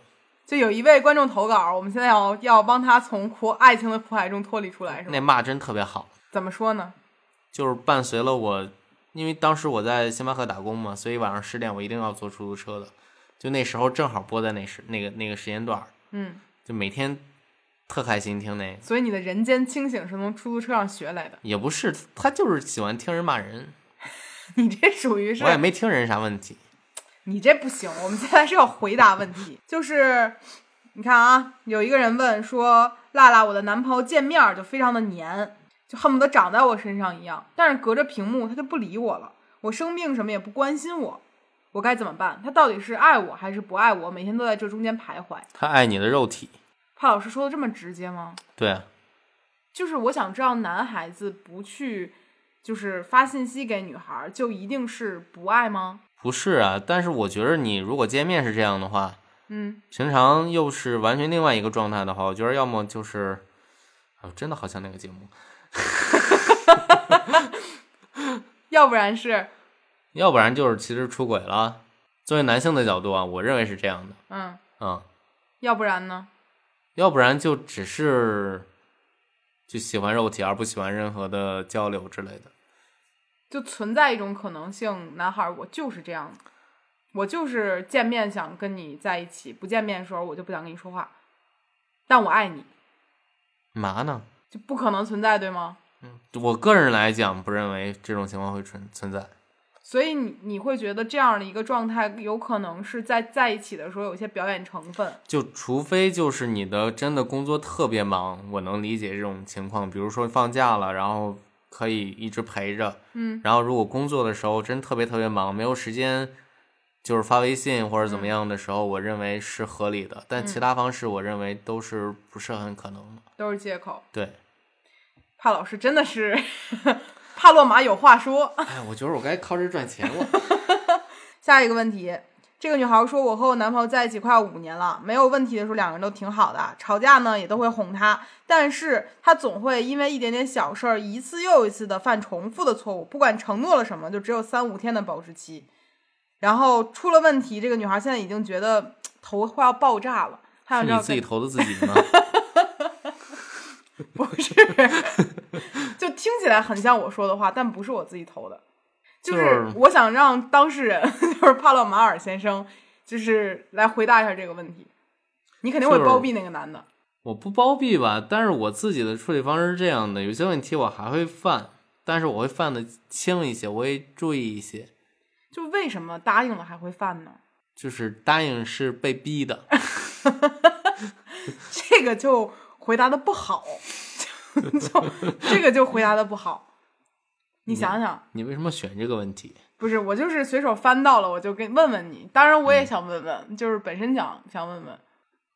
B: 就有一位观众投稿，我们现在要要帮他从苦爱情的苦海中脱离出来，是吗
A: 那？骂真特别好，
B: 怎么说呢？
A: 就是伴随了我，因为当时我在星巴克打工嘛，所以晚上十点我一定要坐出租车的，就那时候正好播在那时那个那个时间段儿，
B: 嗯，
A: 就每天特开心听那个，
B: 所以你的人间清醒是从出租车上学来的， <laughs>
A: 也不是他就是喜欢听人骂人，
B: 你这属于是
A: 我也没听人啥问题，
B: 你这不行，我们 <laughs> 现在是要回答问题，就是你看啊，有一个人问说，辣辣，我的男朋友见面儿就非常的黏，就恨不得长在我身上一样，但是隔着屏幕他就不理我了，我生病什么也不关心我，我该怎么办？他到底是爱我还是不爱我？每天都在这中间徘徊。
A: 他爱你的肉体，
B: 怕老师说的这么直接吗？
A: 对啊，
B: 就是我想知道，男孩子不去就是发信息给女孩儿，就一定是不爱吗？
A: 不是啊，但是我觉得你如果见面是这样的话，
B: 嗯，
A: 平常又是完全另外一个状态的话，我觉得要么就是，啊，真的好像那个节目，
B: 要不然是
A: 要不然就是其实出轨了。作为男性的角度啊，我认为是这样的，
B: 嗯，
A: 嗯，
B: 要不然呢？
A: 要不然就只是就喜欢肉体而不喜欢任何的交流之类的。
B: 就存在一种可能性，男孩儿我就是这样的，我就是见面想跟你在一起，不见面的时候我就不想跟你说话，但我爱你，
A: 嘛呢？
B: 就不可能存在，对吗？
A: 我个人来讲，不认为这种情况会存存在。
B: 所以你你会觉得这样的一个状态，有可能是在在一起的时候有一些表演成分，
A: 就除非就是你的真的工作特别忙，我能理解这种情况。比如说放假了，然后可以一直陪着，
B: 嗯，
A: 然后如果工作的时候真特别特别忙，没有时间，就是发微信或者怎么样的时候，我认为是合理的。但其他方式，我认为都是不是很可能的。
B: 都是借口。
A: 对，
B: 帕老师真的是 <laughs> 帕洛马有话说。
A: 哎，我觉得我该靠这赚钱了。
B: 下一个问题，这个女孩说：“我和我男朋友在一起快五年了，没有问题的时候，两个人都挺好的，吵架呢也都会哄他，但是他总会因为一点点小事儿，一次又一次的犯重复的错误，不管承诺了什么，就只有三五天的保质期。然后出了问题，这个女孩现在已经觉得嘖头快要爆炸了，她想
A: 是
B: 知
A: 你
B: 道
A: 自己
B: 该
A: 投的自己的吗？
B: 不是， <laughs> 就听起来很像我说的话，但不是我自己投的，就
A: 就是
B: 是我想让当事人， <laughs> 就是帕洛马尔先生，就是来回答一下这个问题。你肯定会
A: 就是
B: 包庇那个男的，
A: 我不包庇吧，但是我自己的处理方式是这样的：有些问题我还会犯，但是我会犯的轻一些，我会注意一些。
B: 就为什么答应了还会犯呢？ <laughs>
A: 就是答应是被逼的， <laughs>
B: 这个就回答的不好， <laughs> 就就这个就回答的不好。你想想，
A: 你为什么选这个问题？
B: 不是我就是随手翻到了，我就跟问问你。当然我
A: 嗯
B: 也想问问，就是本身想想问问，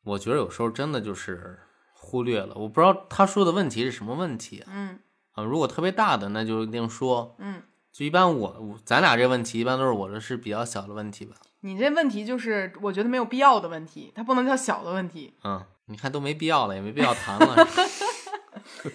A: 我觉得有时候真的就是忽略了，我不知道他说的问题是什么问题啊。
B: 嗯
A: 啊如果特别大的，那就另说。
B: 嗯，
A: 就一般我我咱俩这问题，一般都是我的是比较小的问题吧。
B: 你这问题就是我觉得没有必要的问题，它不能叫小的问题。
A: 嗯，你看都没必要了，也没必要谈了。 <laughs>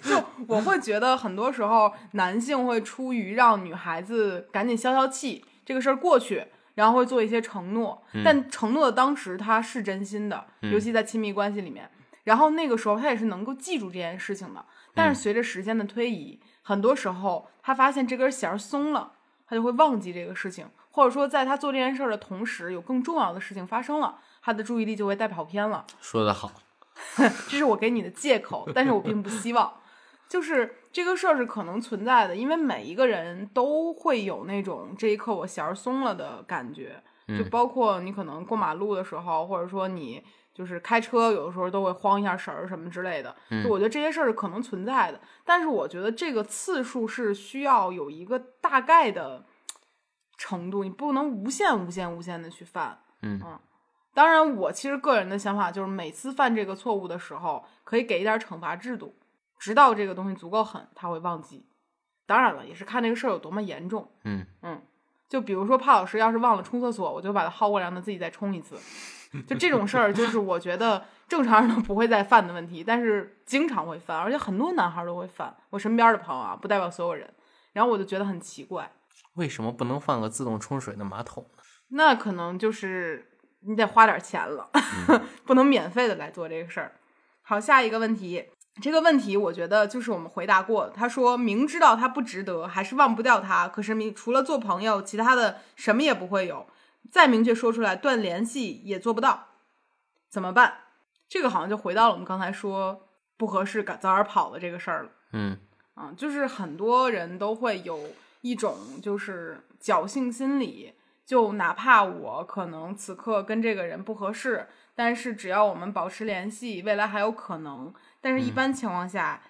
B: 就我会觉得很多时候男性会出于让女孩子赶紧消消气，这个事儿过去，然后会做一些承诺，但承诺的当时他是真心的，尤其在亲密关系里面。然后那个时候他也是能够记住这件事情的，但是随着时间的推移，很多时候他发现这根弦儿松了，他就会忘记这个事情，或者说在他做这件事儿的同时，有更重要的事情发生了，他的注意力就会带跑偏了。
A: 说的好，
B: 这是我给你的借口，但是我并不希望。就是这个事儿是可能存在的，因为每一个人都会有那种这一刻我弦儿松了的感觉，就包括你可能过马路的时候，或者说你就是开车，有的时候都会慌一下神儿什么之类的。就我觉得这些事儿是可能存在的，但是我觉得这个次数是需要有一个大概的程度，你不能无限无限无限的去犯。
A: 嗯
B: 当然，我其实个人的想法就是，每次犯这个错误的时候，可以给一点惩罚制度，直到这个东西足够狠，他会忘记。当然了，也是看这个事儿有多么严重。
A: 嗯
B: 嗯，就比如说帕老师要是忘了冲厕所，我就把他薅过来让他自己再冲一次。就这种事儿，就是我觉得正常人都不会再犯的问题，但是经常会犯，而且很多男孩都会犯。我身边的朋友啊，不代表所有人。然后我就觉得很奇怪，
A: 为什么不能放个自动冲水的马桶呢？
B: 那可能就是你得花点钱了， <laughs> 不能免费的来做这个事儿。好，下一个问题，这个问题我觉得就是我们回答过的。他说明知道他不值得，还是忘不掉他，可是明除了做朋友，其他的什么也不会有。再明确说出来，断联系也做不到，怎么办？这个好像就回到了我们刚才说不合适赶早点跑的这个事儿了。
A: 嗯
B: 啊，就是很多人都会有一种就是侥幸心理，就哪怕我可能此刻跟这个人不合适，但是只要我们保持联系，未来还有可能。但是，一般情况下，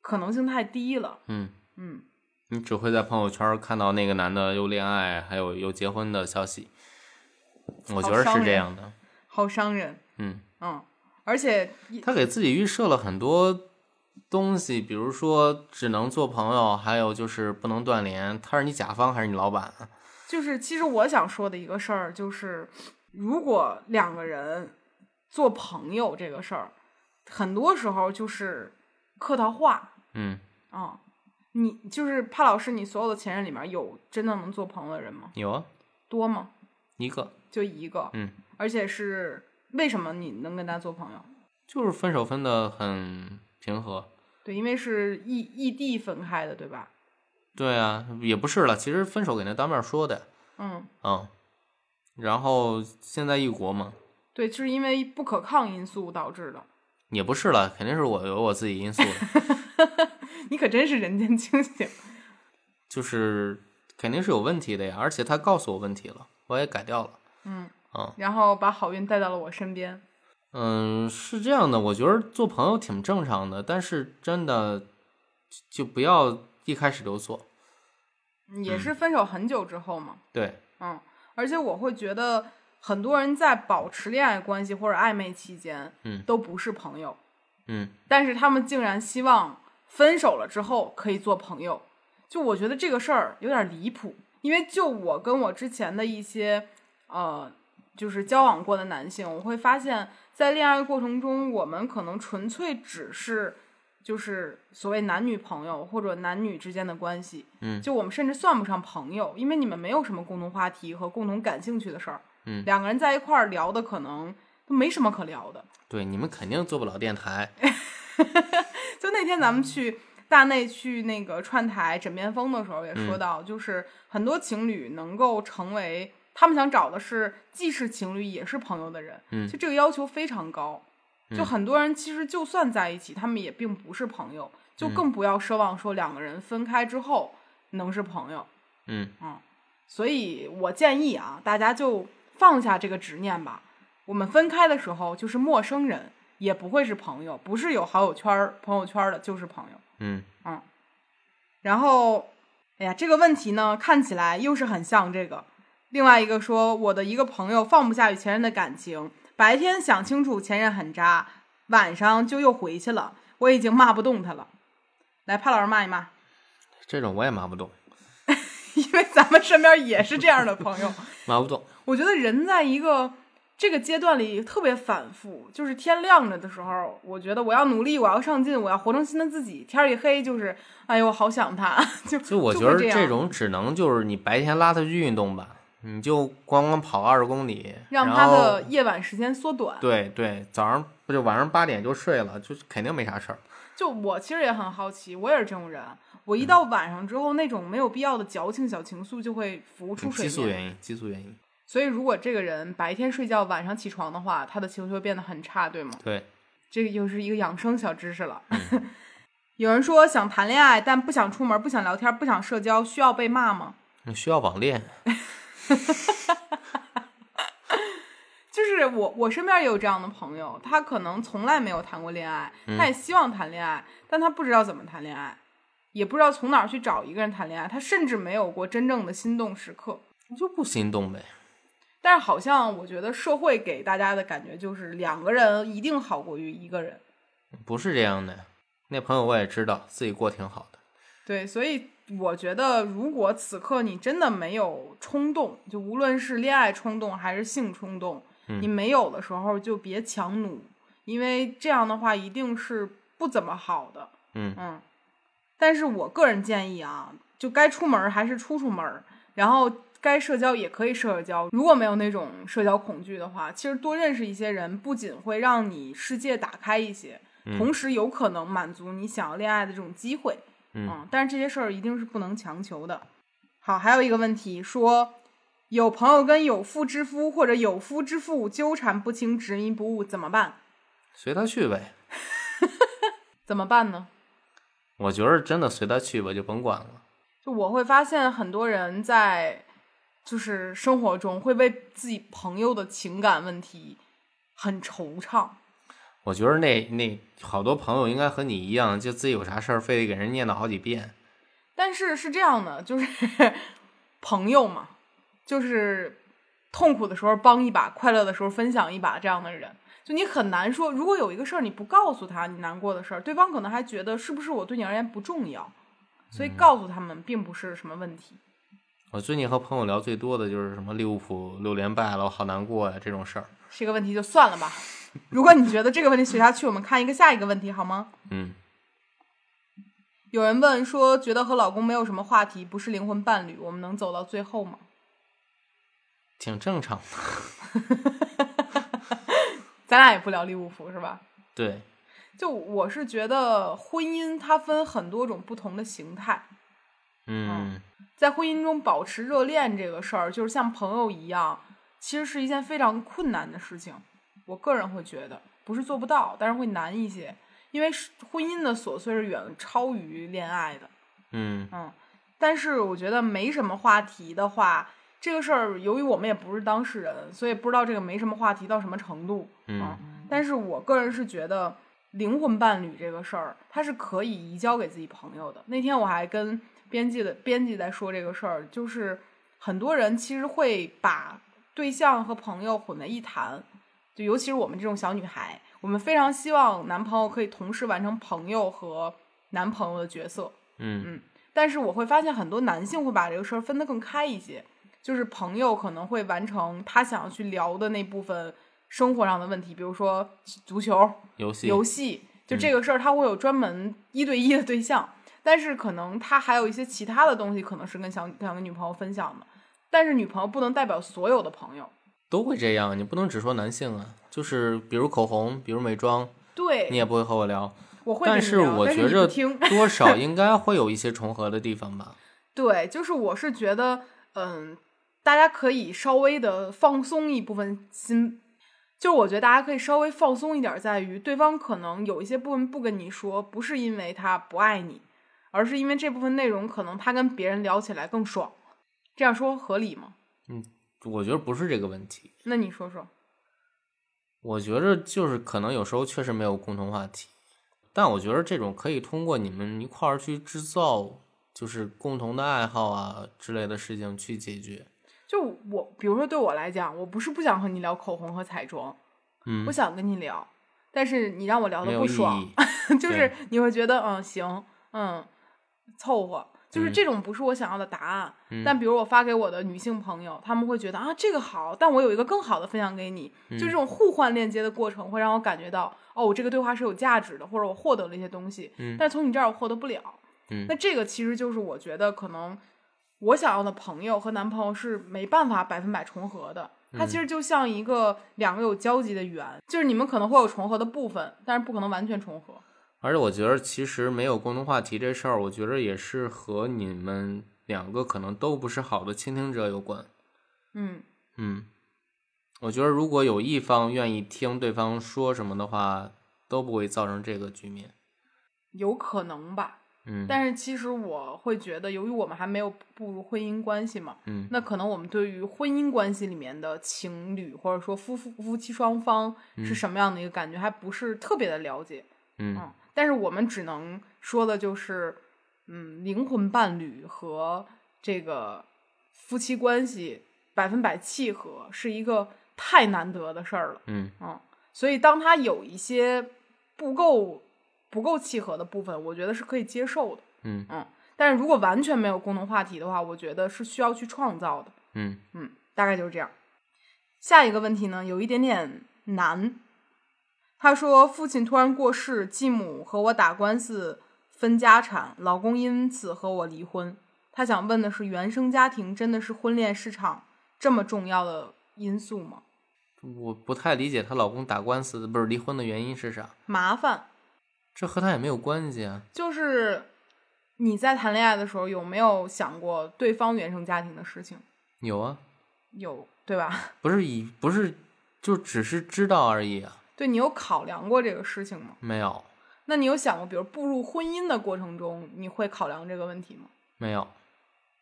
B: 可能性太低了。
A: 嗯，
B: 嗯，
A: 你只会在朋友圈看到那个男的又恋爱，还有又结婚的消息。我觉得
B: 好伤
A: 是
B: 人
A: 这样的，
B: 好伤人。
A: 嗯，
B: 嗯，而且一
A: 他给自己预设了很多东西，比如说只能做朋友，还有就是不能断联。他是你甲方还是你老板啊？
B: 就是，其实我想说的一个事儿就是，如果两个人做朋友这个事儿，很多时候就是客套话。
A: 嗯，
B: 哦，你就是帕老师，你所有的前任里面有真的能做朋友的人吗？
A: 有啊，
B: 多吗？
A: 一个
B: 就一个，
A: 嗯，
B: 而且是为什么你能跟他做朋友？
A: 就是分手分的很平和。
B: 对，因为是异异地分开的，对吧？
A: 对啊，也不是了，其实分手给那当面说的，
B: 嗯，
A: 嗯，然后现在异国嘛，
B: 对，就是因为不可抗因素导致的。 <laughs>
A: 也不是了，肯定是我有我自己因素的。 <laughs>
B: 你可真是人间清醒。
A: 就是肯定是有问题的呀，而且他告诉我问题了，我也改掉了。
B: 嗯，
A: 啊，
B: 然后把好运带到了我身边。
A: 嗯，是这样的，我觉得做朋友挺正常的，但是真的就就不要一开始就做。
B: 也
A: 嗯
B: 是分手很久之后嘛，
A: 对，
B: 嗯，而且我会觉得很多人在保持恋爱关系或者暧昧期间，
A: 嗯
B: 都不是朋友，
A: 嗯，
B: 但是他们竟然希望分手了之后可以做朋友，就我觉得这个事儿有点离谱，因为就我跟我之前的一些呃，就是交往过的男性，我会发现，在恋爱过程中，我们可能纯粹只是就是所谓男女朋友或者男女之间的关系，
A: 嗯
B: 就我们甚至算不上朋友，因为你们没有什么共同话题和共同感兴趣的事儿，
A: 嗯
B: 两个人在一块儿聊的可能都没什么可聊的，
A: 对，你们肯定做不了电台。
B: <laughs> 就那天咱们去大内去那个串台枕边风的时候，也说
A: 嗯
B: 到，就是很多情侣能够成为他们想找的是既是情侣也是朋友的人，
A: 嗯
B: 就这个要求非常高。就很多人其实就算在一起，他们也并不是朋友，就
A: 嗯
B: 更不要奢望说两个人分开之后能是朋友。
A: 嗯，
B: 所以我建议啊，大家就放下这个执念吧。我们分开的时候就是陌生人，也不会是朋友，不是有好友圈儿、朋友圈儿的，就是朋友。
A: 嗯，
B: 然后，哎呀，这个问题呢，看起来又是很像这个。另外一个说，我的一个朋友放不下与前任的感情，白天想清楚前任很渣，晚上就又回去了，我已经骂不动他了。来，潘老师骂一 <laughs> 骂，
A: 这种我也骂不动，
B: 因为咱们身边也是这样的朋友。
A: 骂不动。
B: 我觉得人在一个这个阶段里特别反复，就是天亮着的时候，我觉得我要努力，我要上进，我要活成新的自己。天一黑就是，哎呦，我好想他， <laughs> 就
A: 就我觉
B: 会
A: 得
B: 这样
A: 这种只能就是你白天拉他去运动吧，你就光光跑二十公里，
B: 让
A: 然
B: 他
A: 后
B: 的夜晚时间缩短。
A: 对对，早上不就晚上八点就睡了，就肯定没啥事儿。
B: 就我其实也很好奇，我也是这种人，我
A: 嗯
B: 一到晚上之后，那种没有必要的矫情小情愫就会浮出水
A: 激素
B: 面。
A: 原因，激素原因，
B: 所以，如果这个人白天睡觉，晚上起床的话，他的情绪会变得很差，对吗？
A: 对，
B: 这个又是一个养生小知识了。 <laughs> 有人说想谈恋爱，但不想出门，不想聊天，不想社交，需要被骂吗？
A: 你需要网恋，
B: 就是我，我身边也有这样的朋友，他可能从来没有谈过恋爱，他也希望谈恋爱，但他不知道怎么谈恋爱，也不知道从哪儿去找一个人谈恋爱，他甚至没有过真正的心动时刻。
A: 你就不心动呗？
B: 但是好像我觉得社会给大家的感觉就是两个人一定好过于一个人，
A: 不是这样的。那朋友我也知道，自己过挺好的。
B: 对，所以我觉得如果此刻你真的没有冲动，就无论是恋爱冲动还是性冲动，你没有的时候就别强弩，因为这样的话一定是不怎么好的。
A: 嗯
B: 但是我个人建议啊，就该出门儿还是出出门儿，然后该社交也可以社交。如果没有那种社交恐惧的话，其实多认识一些人，不仅会让你世界打开一些，同时有可能满足你想要恋爱的这种机会。
A: 嗯
B: 啊但是这些事儿一定是不能强求的。好，还有一个问题说，有朋友跟有妇之夫或者有夫之妇纠缠不清、执迷不悟怎么办？
A: 随他去呗。
B: 怎么办呢？
A: 我觉得真的随他去吧，就甭管了。
B: 就我会发现很多人在就是生活中会为自己朋友的情感问题很惆怅。
A: 我觉得那那好多朋友应该和你一样，就自己有啥事儿，非得给人念叨好几遍。
B: 但是是这样的，就是 <laughs> 朋友嘛，就是痛苦的时候帮一把，快乐的时候分享一把这样的人。就你很难说，如果有一个事儿你不告诉他你难过的事儿，对方可能还觉得是不是我对你而言不重要，所以告诉他们并不是什么问题。
A: 我最近和朋友聊最多的就是什么利物浦六连败了，我好难过呀、这种事儿。
B: 这个问题就算了吧。如果你觉得这个问题学下去，我们看一个下一个问题好吗？
A: 嗯，
B: 有人问说，觉得和老公没有什么话题，不是灵魂伴侣，我们能走到最后吗？ <laughs>
A: 挺正常的。
B: 咱俩也不聊利物浦是吧？
A: 对，
B: 就我是觉得婚姻它分很多种不同的形态，
A: 嗯，
B: 在婚姻中保持热恋这个事儿，就是像朋友一样，其实是一件非常困难的事情。我个人会觉得，不是做不到，但是会难一些，因为是婚姻的琐碎是远超于恋爱的。
A: 嗯
B: 嗯，但是我觉得没什么话题的话，这个事儿由于我们也不是当事人，所以不知道这个没什么话题到什么程度。
A: 嗯，
B: 但是我个人是觉得灵魂伴侣这个事儿，它是可以移交给自己朋友的。那天我还跟编辑的编辑在说这个事儿，就是很多人其实会把对象和朋友混为一谈，就尤其是我们这种小女孩，我们非常希望男朋友可以同时完成朋友和男朋友的角色。
A: 嗯
B: 但是我会发现很多男性会把这个事儿分得更开一些，就是朋友可能会完成他想要去聊的那部分生活上的问题，比如说足球、
A: 游戏
B: 游戏，就
A: 嗯
B: 这个事儿他会有专门一对一的对象，但是可能他还有一些其他的东西，可能是跟想想跟女朋友分享的，但是女朋友不能代表所有的朋友，
A: 都会这样，你不能只说男性啊。就是比如口红，比如美妆，你
B: 对，
A: 也不会和我聊。
B: 我会跟
A: 但
B: 你
A: 是
B: 聊
A: 我
B: 但
A: 觉
B: 你不
A: 着
B: 听
A: 多少应该会有一些重合的地方吧。
B: 对，就是我是觉得，嗯，大家可以稍微的放松一部分心，就是我觉得大家可以稍微放松一点，在于对方可能有一些部分不跟你说，不是因为他不爱你，而是因为这部分内容可能他跟别人聊起来更爽。这样说合理吗？
A: 我觉得不是这个问题，
B: 那你说说，
A: 我觉着就是可能有时候确实没有共同话题，但我觉得这种可以通过你们一块儿去制造，就是共同的爱好啊之类的事情去解决。
B: 就我，比如说对我来讲，我不是不想和你聊口红和彩妆，
A: 嗯
B: 我，想跟你聊，但是你让我聊
A: 没
B: 的
A: 有
B: 不
A: 意
B: 爽，
A: 义。
B: 就是
A: 对
B: 你会觉得嗯行嗯凑合，就是
A: 嗯
B: 这种不是我想要的答案。
A: 嗯
B: 但比如我发给我的女性朋友，她们会觉得啊这个好，但我有一个更好的分享给你，就
A: 嗯
B: 这种互换链接的过程会让我感觉到哦我这个对话是有价值的，或者我获得了一些东西，
A: 嗯
B: 但是从你这儿我获得不了。
A: 嗯
B: 那这个其实就是我觉得可能我想要的朋友和男朋友是没办法百分百重合的。它
A: 嗯
B: 其实就像一个两个有交集的圆，就是你们可能会有重合的部分，但是不可能完全重合。
A: 而且我觉得其实没有共同话题这事儿，我觉得也是和你们两个可能都不是好的倾听者有关。
B: 嗯，
A: 嗯，我觉得如果有一方愿意听对方说什么的话，都不会造成这个局面。
B: 有可能吧。
A: 嗯，
B: 但是其实我会觉得，由于我们还没有步入婚姻关系嘛，
A: 嗯
B: 那可能我们对于婚姻关系里面的情侣或者说夫妇夫妻双方是什么样的一个感觉，还不是特别的了解。
A: 嗯
B: 嗯，但是我们只能说的就是，嗯，灵魂伴侣和这个夫妻关系百分百契合是一个太难得的事儿了。
A: 嗯
B: 嗯，所以当他有一些不够不够契合的部分，我觉得是可以接受的。
A: 嗯
B: 嗯，但是如果完全没有共同话题的话，我觉得是需要去创造的。
A: 嗯，
B: 嗯，大概就是这样。下一个问题呢，有一点点难。他说，父亲突然过世，继母和我打官司分家产，老公因此和我离婚。他想问的是，原生家庭真的是婚恋市场这么重要的因素吗？
A: 我不太理解她老公打官司不是离婚的原因是啥，
B: 麻烦
A: 这和她也没有关系啊。
B: 就是你在谈恋爱的时候有没有想过对方原生家庭的事情？
A: 有啊，
B: 有，对吧？ <laughs>
A: 不是以不是就只是知道而已啊，
B: 对你有考量过这个事情吗？
A: 没有
B: 那你有想过，比如步入婚姻的过程中，你会考量这个问题吗？
A: 没有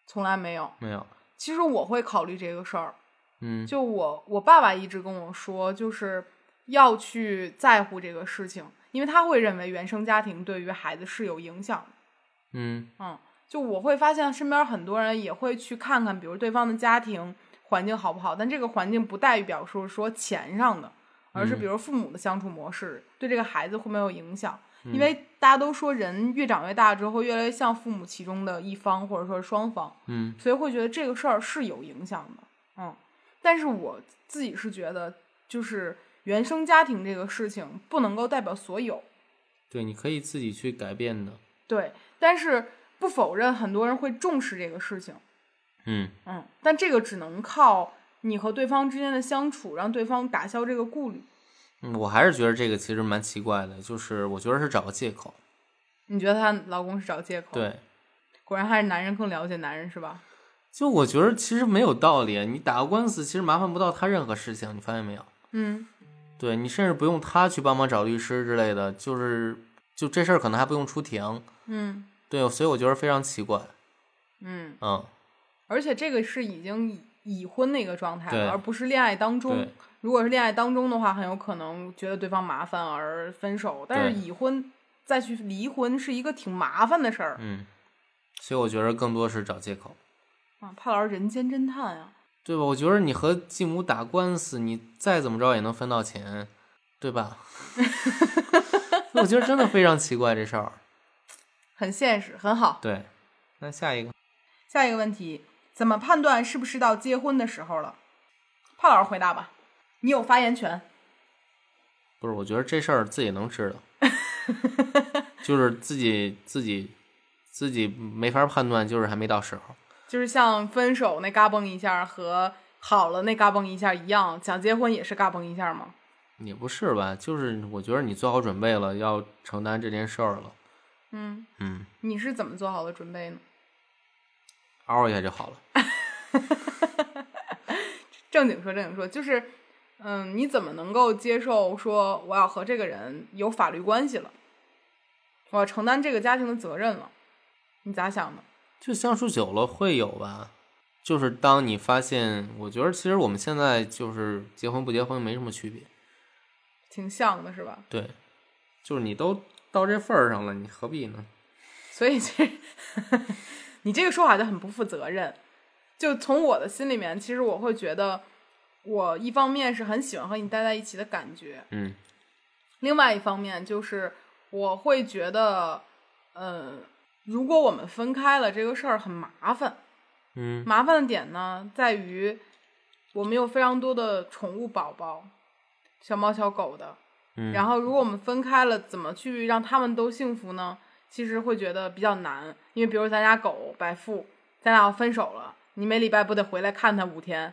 B: 从来没有。
A: 没有，
B: 其实我会考虑这个事儿。
A: 嗯
B: 就我，我爸爸一直跟我说，就是要去在乎这个事情，因为他会认为原生家庭对于孩子是有影响的。
A: 嗯
B: 嗯，就我会发现身边很多人也会去看看，比如对方的家庭环境好不好，但这个环境不代表说说钱上的，而是比如父母的相处模式、对这个孩子会没有影响。因为大家都说人越长越大之后，越来越像父母其中的一方或者说是双方，
A: 嗯
B: 所以会觉得这个事儿是有影响的。嗯，但是我自己是觉得，就是原生家庭这个事情不能够代表所有，
A: 对，你可以自己去改变的，
B: 对。但是不否认，很多人会重视这个事情，
A: 嗯
B: 嗯，但这个只能靠你和对方之间的相处，让对方打消这个顾虑。
A: 嗯，我还是觉得这个其实蛮奇怪的，就是我觉得是找个借口，
B: 你觉得她老公是找借口？，
A: 对，
B: 果然还是男人更了解男人是吧？
A: 就我觉得其实没有道理，你打个官司其实麻烦不到他任何事情，你发现没有？
B: 嗯，
A: 对你甚至不用他去帮忙找律师之类的，就是就这事儿可能还不用出庭，
B: 嗯
A: 对，所以我觉得非常奇怪，
B: 嗯，
A: 嗯，
B: 而且这个是已经已已婚的一个状态
A: 对
B: 了，而不是恋爱当中
A: 对。
B: 如果是恋爱当中的话，很有可能觉得对方麻烦而分手，但是
A: 对
B: 已婚再去离婚是一个挺麻烦的事儿、
A: 嗯，所以我觉得更多是找借口，嗯
B: 啊！怕老师人间侦探啊，
A: 对吧？我觉得你和继母打官司，你再怎么着也能分到钱，对吧？ <laughs> 我觉得真的非常奇怪这事儿。
B: 很现实，很好。
A: 对，那下一个，
B: 下一个问题，怎么判断是不是到结婚的时候了？帕老师回答吧，你有发言权。
A: 不是，我觉得这事儿自己能知道，就是自己自己自己没法判断，就是还没到时候。
B: 就是像分手那嘎嘣一下和好了那嘎嘣一下一样，想结婚也是嘎嘣一下吗？
A: 也不是吧，就是我觉得你做好准备了，要承担这件事儿了，
B: 嗯，
A: 嗯，
B: 你是怎么做好的准备呢？
A: 嗷一下就好了。
B: 正经说，正经说，就是，嗯，你怎么能够接受说我要和这个人有法律关系了，我要承担这个家庭的责任了？你咋想的？
A: 就相处久了会有吧，就是当你发现，我觉得其实我们现在就是结婚不结婚没什么区别，
B: 挺像的是吧？
A: 对，就是你都到这份儿上了，你何必呢？
B: 所以其实 <laughs> 你这个说法就很不负责任。就从我的心里面，其实我会觉得，我一方面是很喜欢和你待在一起的感觉，
A: 嗯
B: 另外一方面就是我会觉得，呃，如果我们分开了，这个事儿很麻烦。
A: 嗯
B: 麻烦的点呢，在于我们有非常多的宠物宝宝，小猫小狗的，
A: 嗯，
B: 然后，如果我们分开了，怎么去让他们都幸福呢？其实会觉得比较难，因为比如咱家狗白富，咱俩要分手了，你每礼拜不得回来看它五天？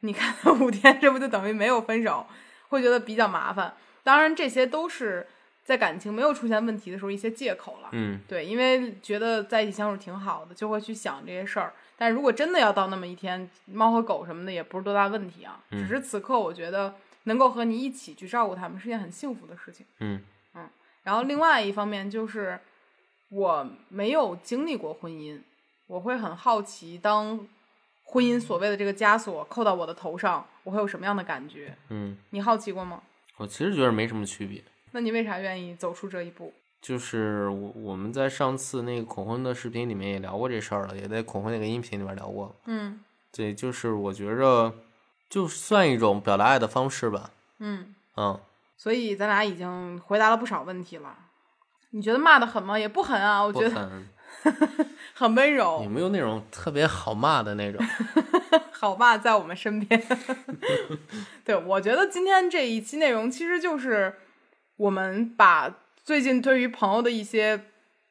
B: 你看它五天，这不就等于没有分手？会觉得比较麻烦。当然，这些都是在感情没有出现问题的时候一些借口了。
A: 嗯
B: 对，因为觉得在一起相处挺好的，就会去想这些事儿。但如果真的要到那么一天，猫和狗什么的也不是多大问题啊。只是此刻我觉得能够和你一起去照顾它们是件很幸福的事情。
A: 嗯
B: 然后另外一方面就是，我没有经历过婚姻，我会很好奇，当婚姻所谓的这个枷锁扣到我的头上，我会有什么样的感觉？
A: 嗯，
B: 你好奇过吗？
A: 我其实觉得没什么区别。
B: 那你为啥愿意走出这一步？
A: 就是我我们在上次那个恐婚的视频里面也聊过这事儿了，也在恐婚那个音频里面聊过。
B: 嗯
A: 对，就是我觉着，就算一种表达爱的方式吧。
B: 嗯，
A: 嗯，
B: 所以咱俩已经回答了不少问题了。你觉得骂的狠吗？也不狠啊，我
A: 不
B: 觉得
A: 很
B: 很温
A: 有
B: 柔。
A: 没有那种特别好骂的那种？
B: 好骂在我们身边。 <laughs> 对，我觉得今天这一期内容其实就是我们把最近对于朋友的一些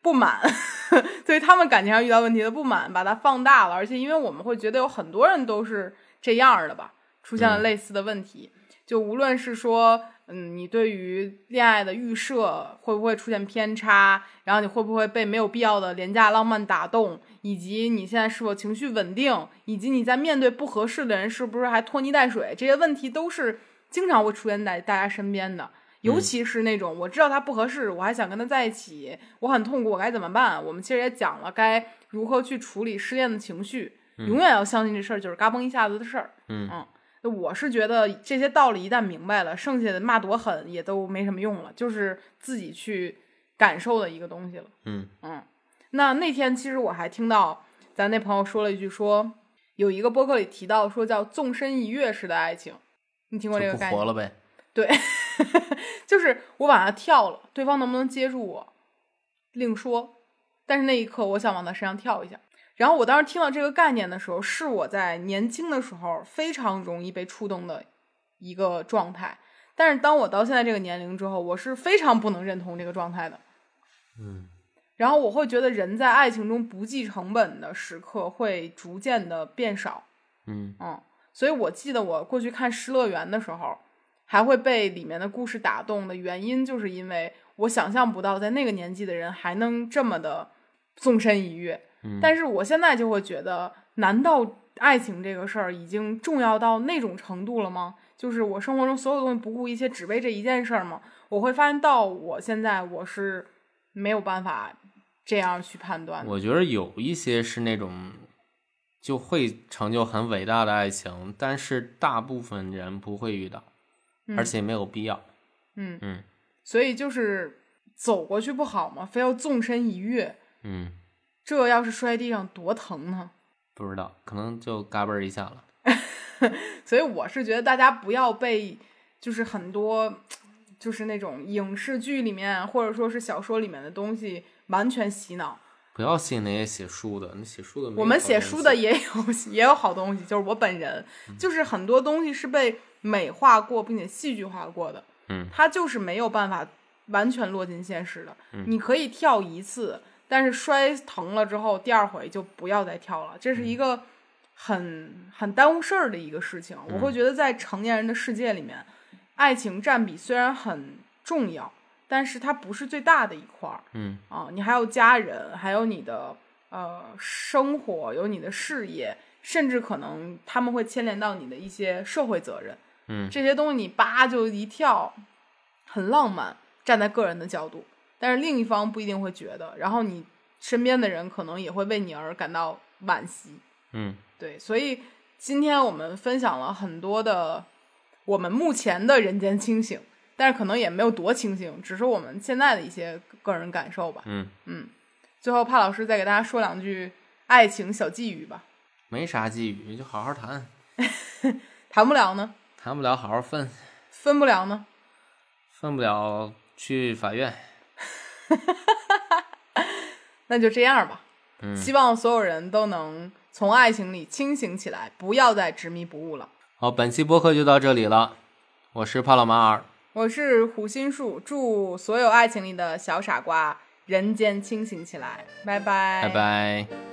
B: 不满， <laughs> 对于他们感情上遇到问题的不满，把它放大了。而且，因为我们会觉得有很多人都是这样儿的吧，出现了类似的问题。就无论是说，嗯，你对于恋爱的预设会不会出现偏差，然后你会不会被没有必要的廉价浪漫打动，以及你现在是否情绪稳定，以及你在面对不合适的人是不是还拖泥带水，这些问题都是经常会出现在大家身边的。
A: 嗯
B: 尤其是那种我知道他不合适，我还想跟他在一起，我很痛苦，我该怎么办？我们其实也讲了该如何去处理失恋的情绪，永远要相信这事儿就是嘎嘣一下子的事儿。
A: 嗯
B: 我是觉得这些道理一旦明白了，剩下的骂多狠也都没什么用了，就是自己去感受的一个东西了。 <laughs>
A: 嗯
B: 那那天其实我还听到咱那朋友说了一句说，有一个播客里提到说叫纵身一跃式的爱情，你听
A: 就
B: 过这个
A: 不
B: 概
A: 活
B: 念？
A: 了呗。
B: 对， <laughs> 就是我往下跳了，对方能不能接住我，另说。但是那一刻，我想往他身上跳一下。然后我当时听到这个概念的时候，是我在年轻的时候非常容易被触动的一个状态。但是当我到现在这个年龄之后，我是非常不能认同这个状态的。
A: 嗯
B: 然后我会觉得，人在爱情中不计成本的时刻会逐渐的变少。
A: 嗯
B: 嗯，所以我记得我过去看《失乐园》的时候，还会被里面的故事打动的原因，就是因为我想象不到在那个年纪的人还能这么的纵身一跃。
A: 嗯
B: 但是我现在就会觉得，难道爱情这个事儿已经重要到那种程度了吗？就是我生活中所有东西不顾一切，只为这一件事儿吗？我会发现到我现在我是没有办法这样去判断的。
A: 我觉得有一些是那种就会成就很伟大的爱情，但是大部分人不会遇到，而且没有必要。
B: 嗯
A: 嗯
B: 所以就是走过去不好吗？非要纵身一跃，
A: 嗯，
B: 这要是摔地上多疼呢？
A: 不知道，可能就嘎嘣儿一下了。
B: 所以我是觉得大家不要被就是很多就是那种影视剧里面或者说是小说里面的东西完全洗脑。
A: 不要信那些写书的，那写书的没有
B: 我们
A: 好
B: 写
A: 东
B: 书
A: 西嗯
B: 的也有 <laughs> 也有好东西，就是我本人，就是很多东西是被美化过并且戏剧化过的，
A: 嗯，
B: 它就是没有办法完全落进现实的。
A: 嗯
B: 你可以跳一次，但是摔疼了之后，第二回就不要再跳了，这是
A: 嗯
B: 一个很很耽误事儿的一个事情。我
A: 嗯
B: 会觉得在成年人的世界里面，爱情占比虽然很重要，但是它不是最大的一块儿。
A: 嗯
B: 啊，你还有家人，还有你的呃生活，有你的事业，甚至可能他们会牵连到你的一些社会责任。
A: 嗯
B: 这些东西你叭就一跳，很浪漫，站在个人的角度，但是另一方不一定会觉得，然后你身边的人可能也会为你而感到惋惜。
A: 嗯
B: 对，所以今天我们分享了很多的我们目前的人间清醒，但是可能也没有多清醒，只是我们现在的一些个人感受吧。
A: 嗯，
B: 最后，帕老师再给大家说两句爱情小寄语吧。
A: 没啥寄语，就好好谈，
B: 谈不了呢，
A: 谈不了好好分，
B: 分不了呢。
A: 分不了去法院。
B: 那就这样吧。
A: 嗯
B: 希望所有人都能从爱情里清醒起来，不要再执迷不悟了。
A: 好，本期播客就到这里了，我是帕洛马尔，
B: 我是胡心树，祝所有爱情里的小傻瓜人间清醒起来。拜拜，
A: 拜拜。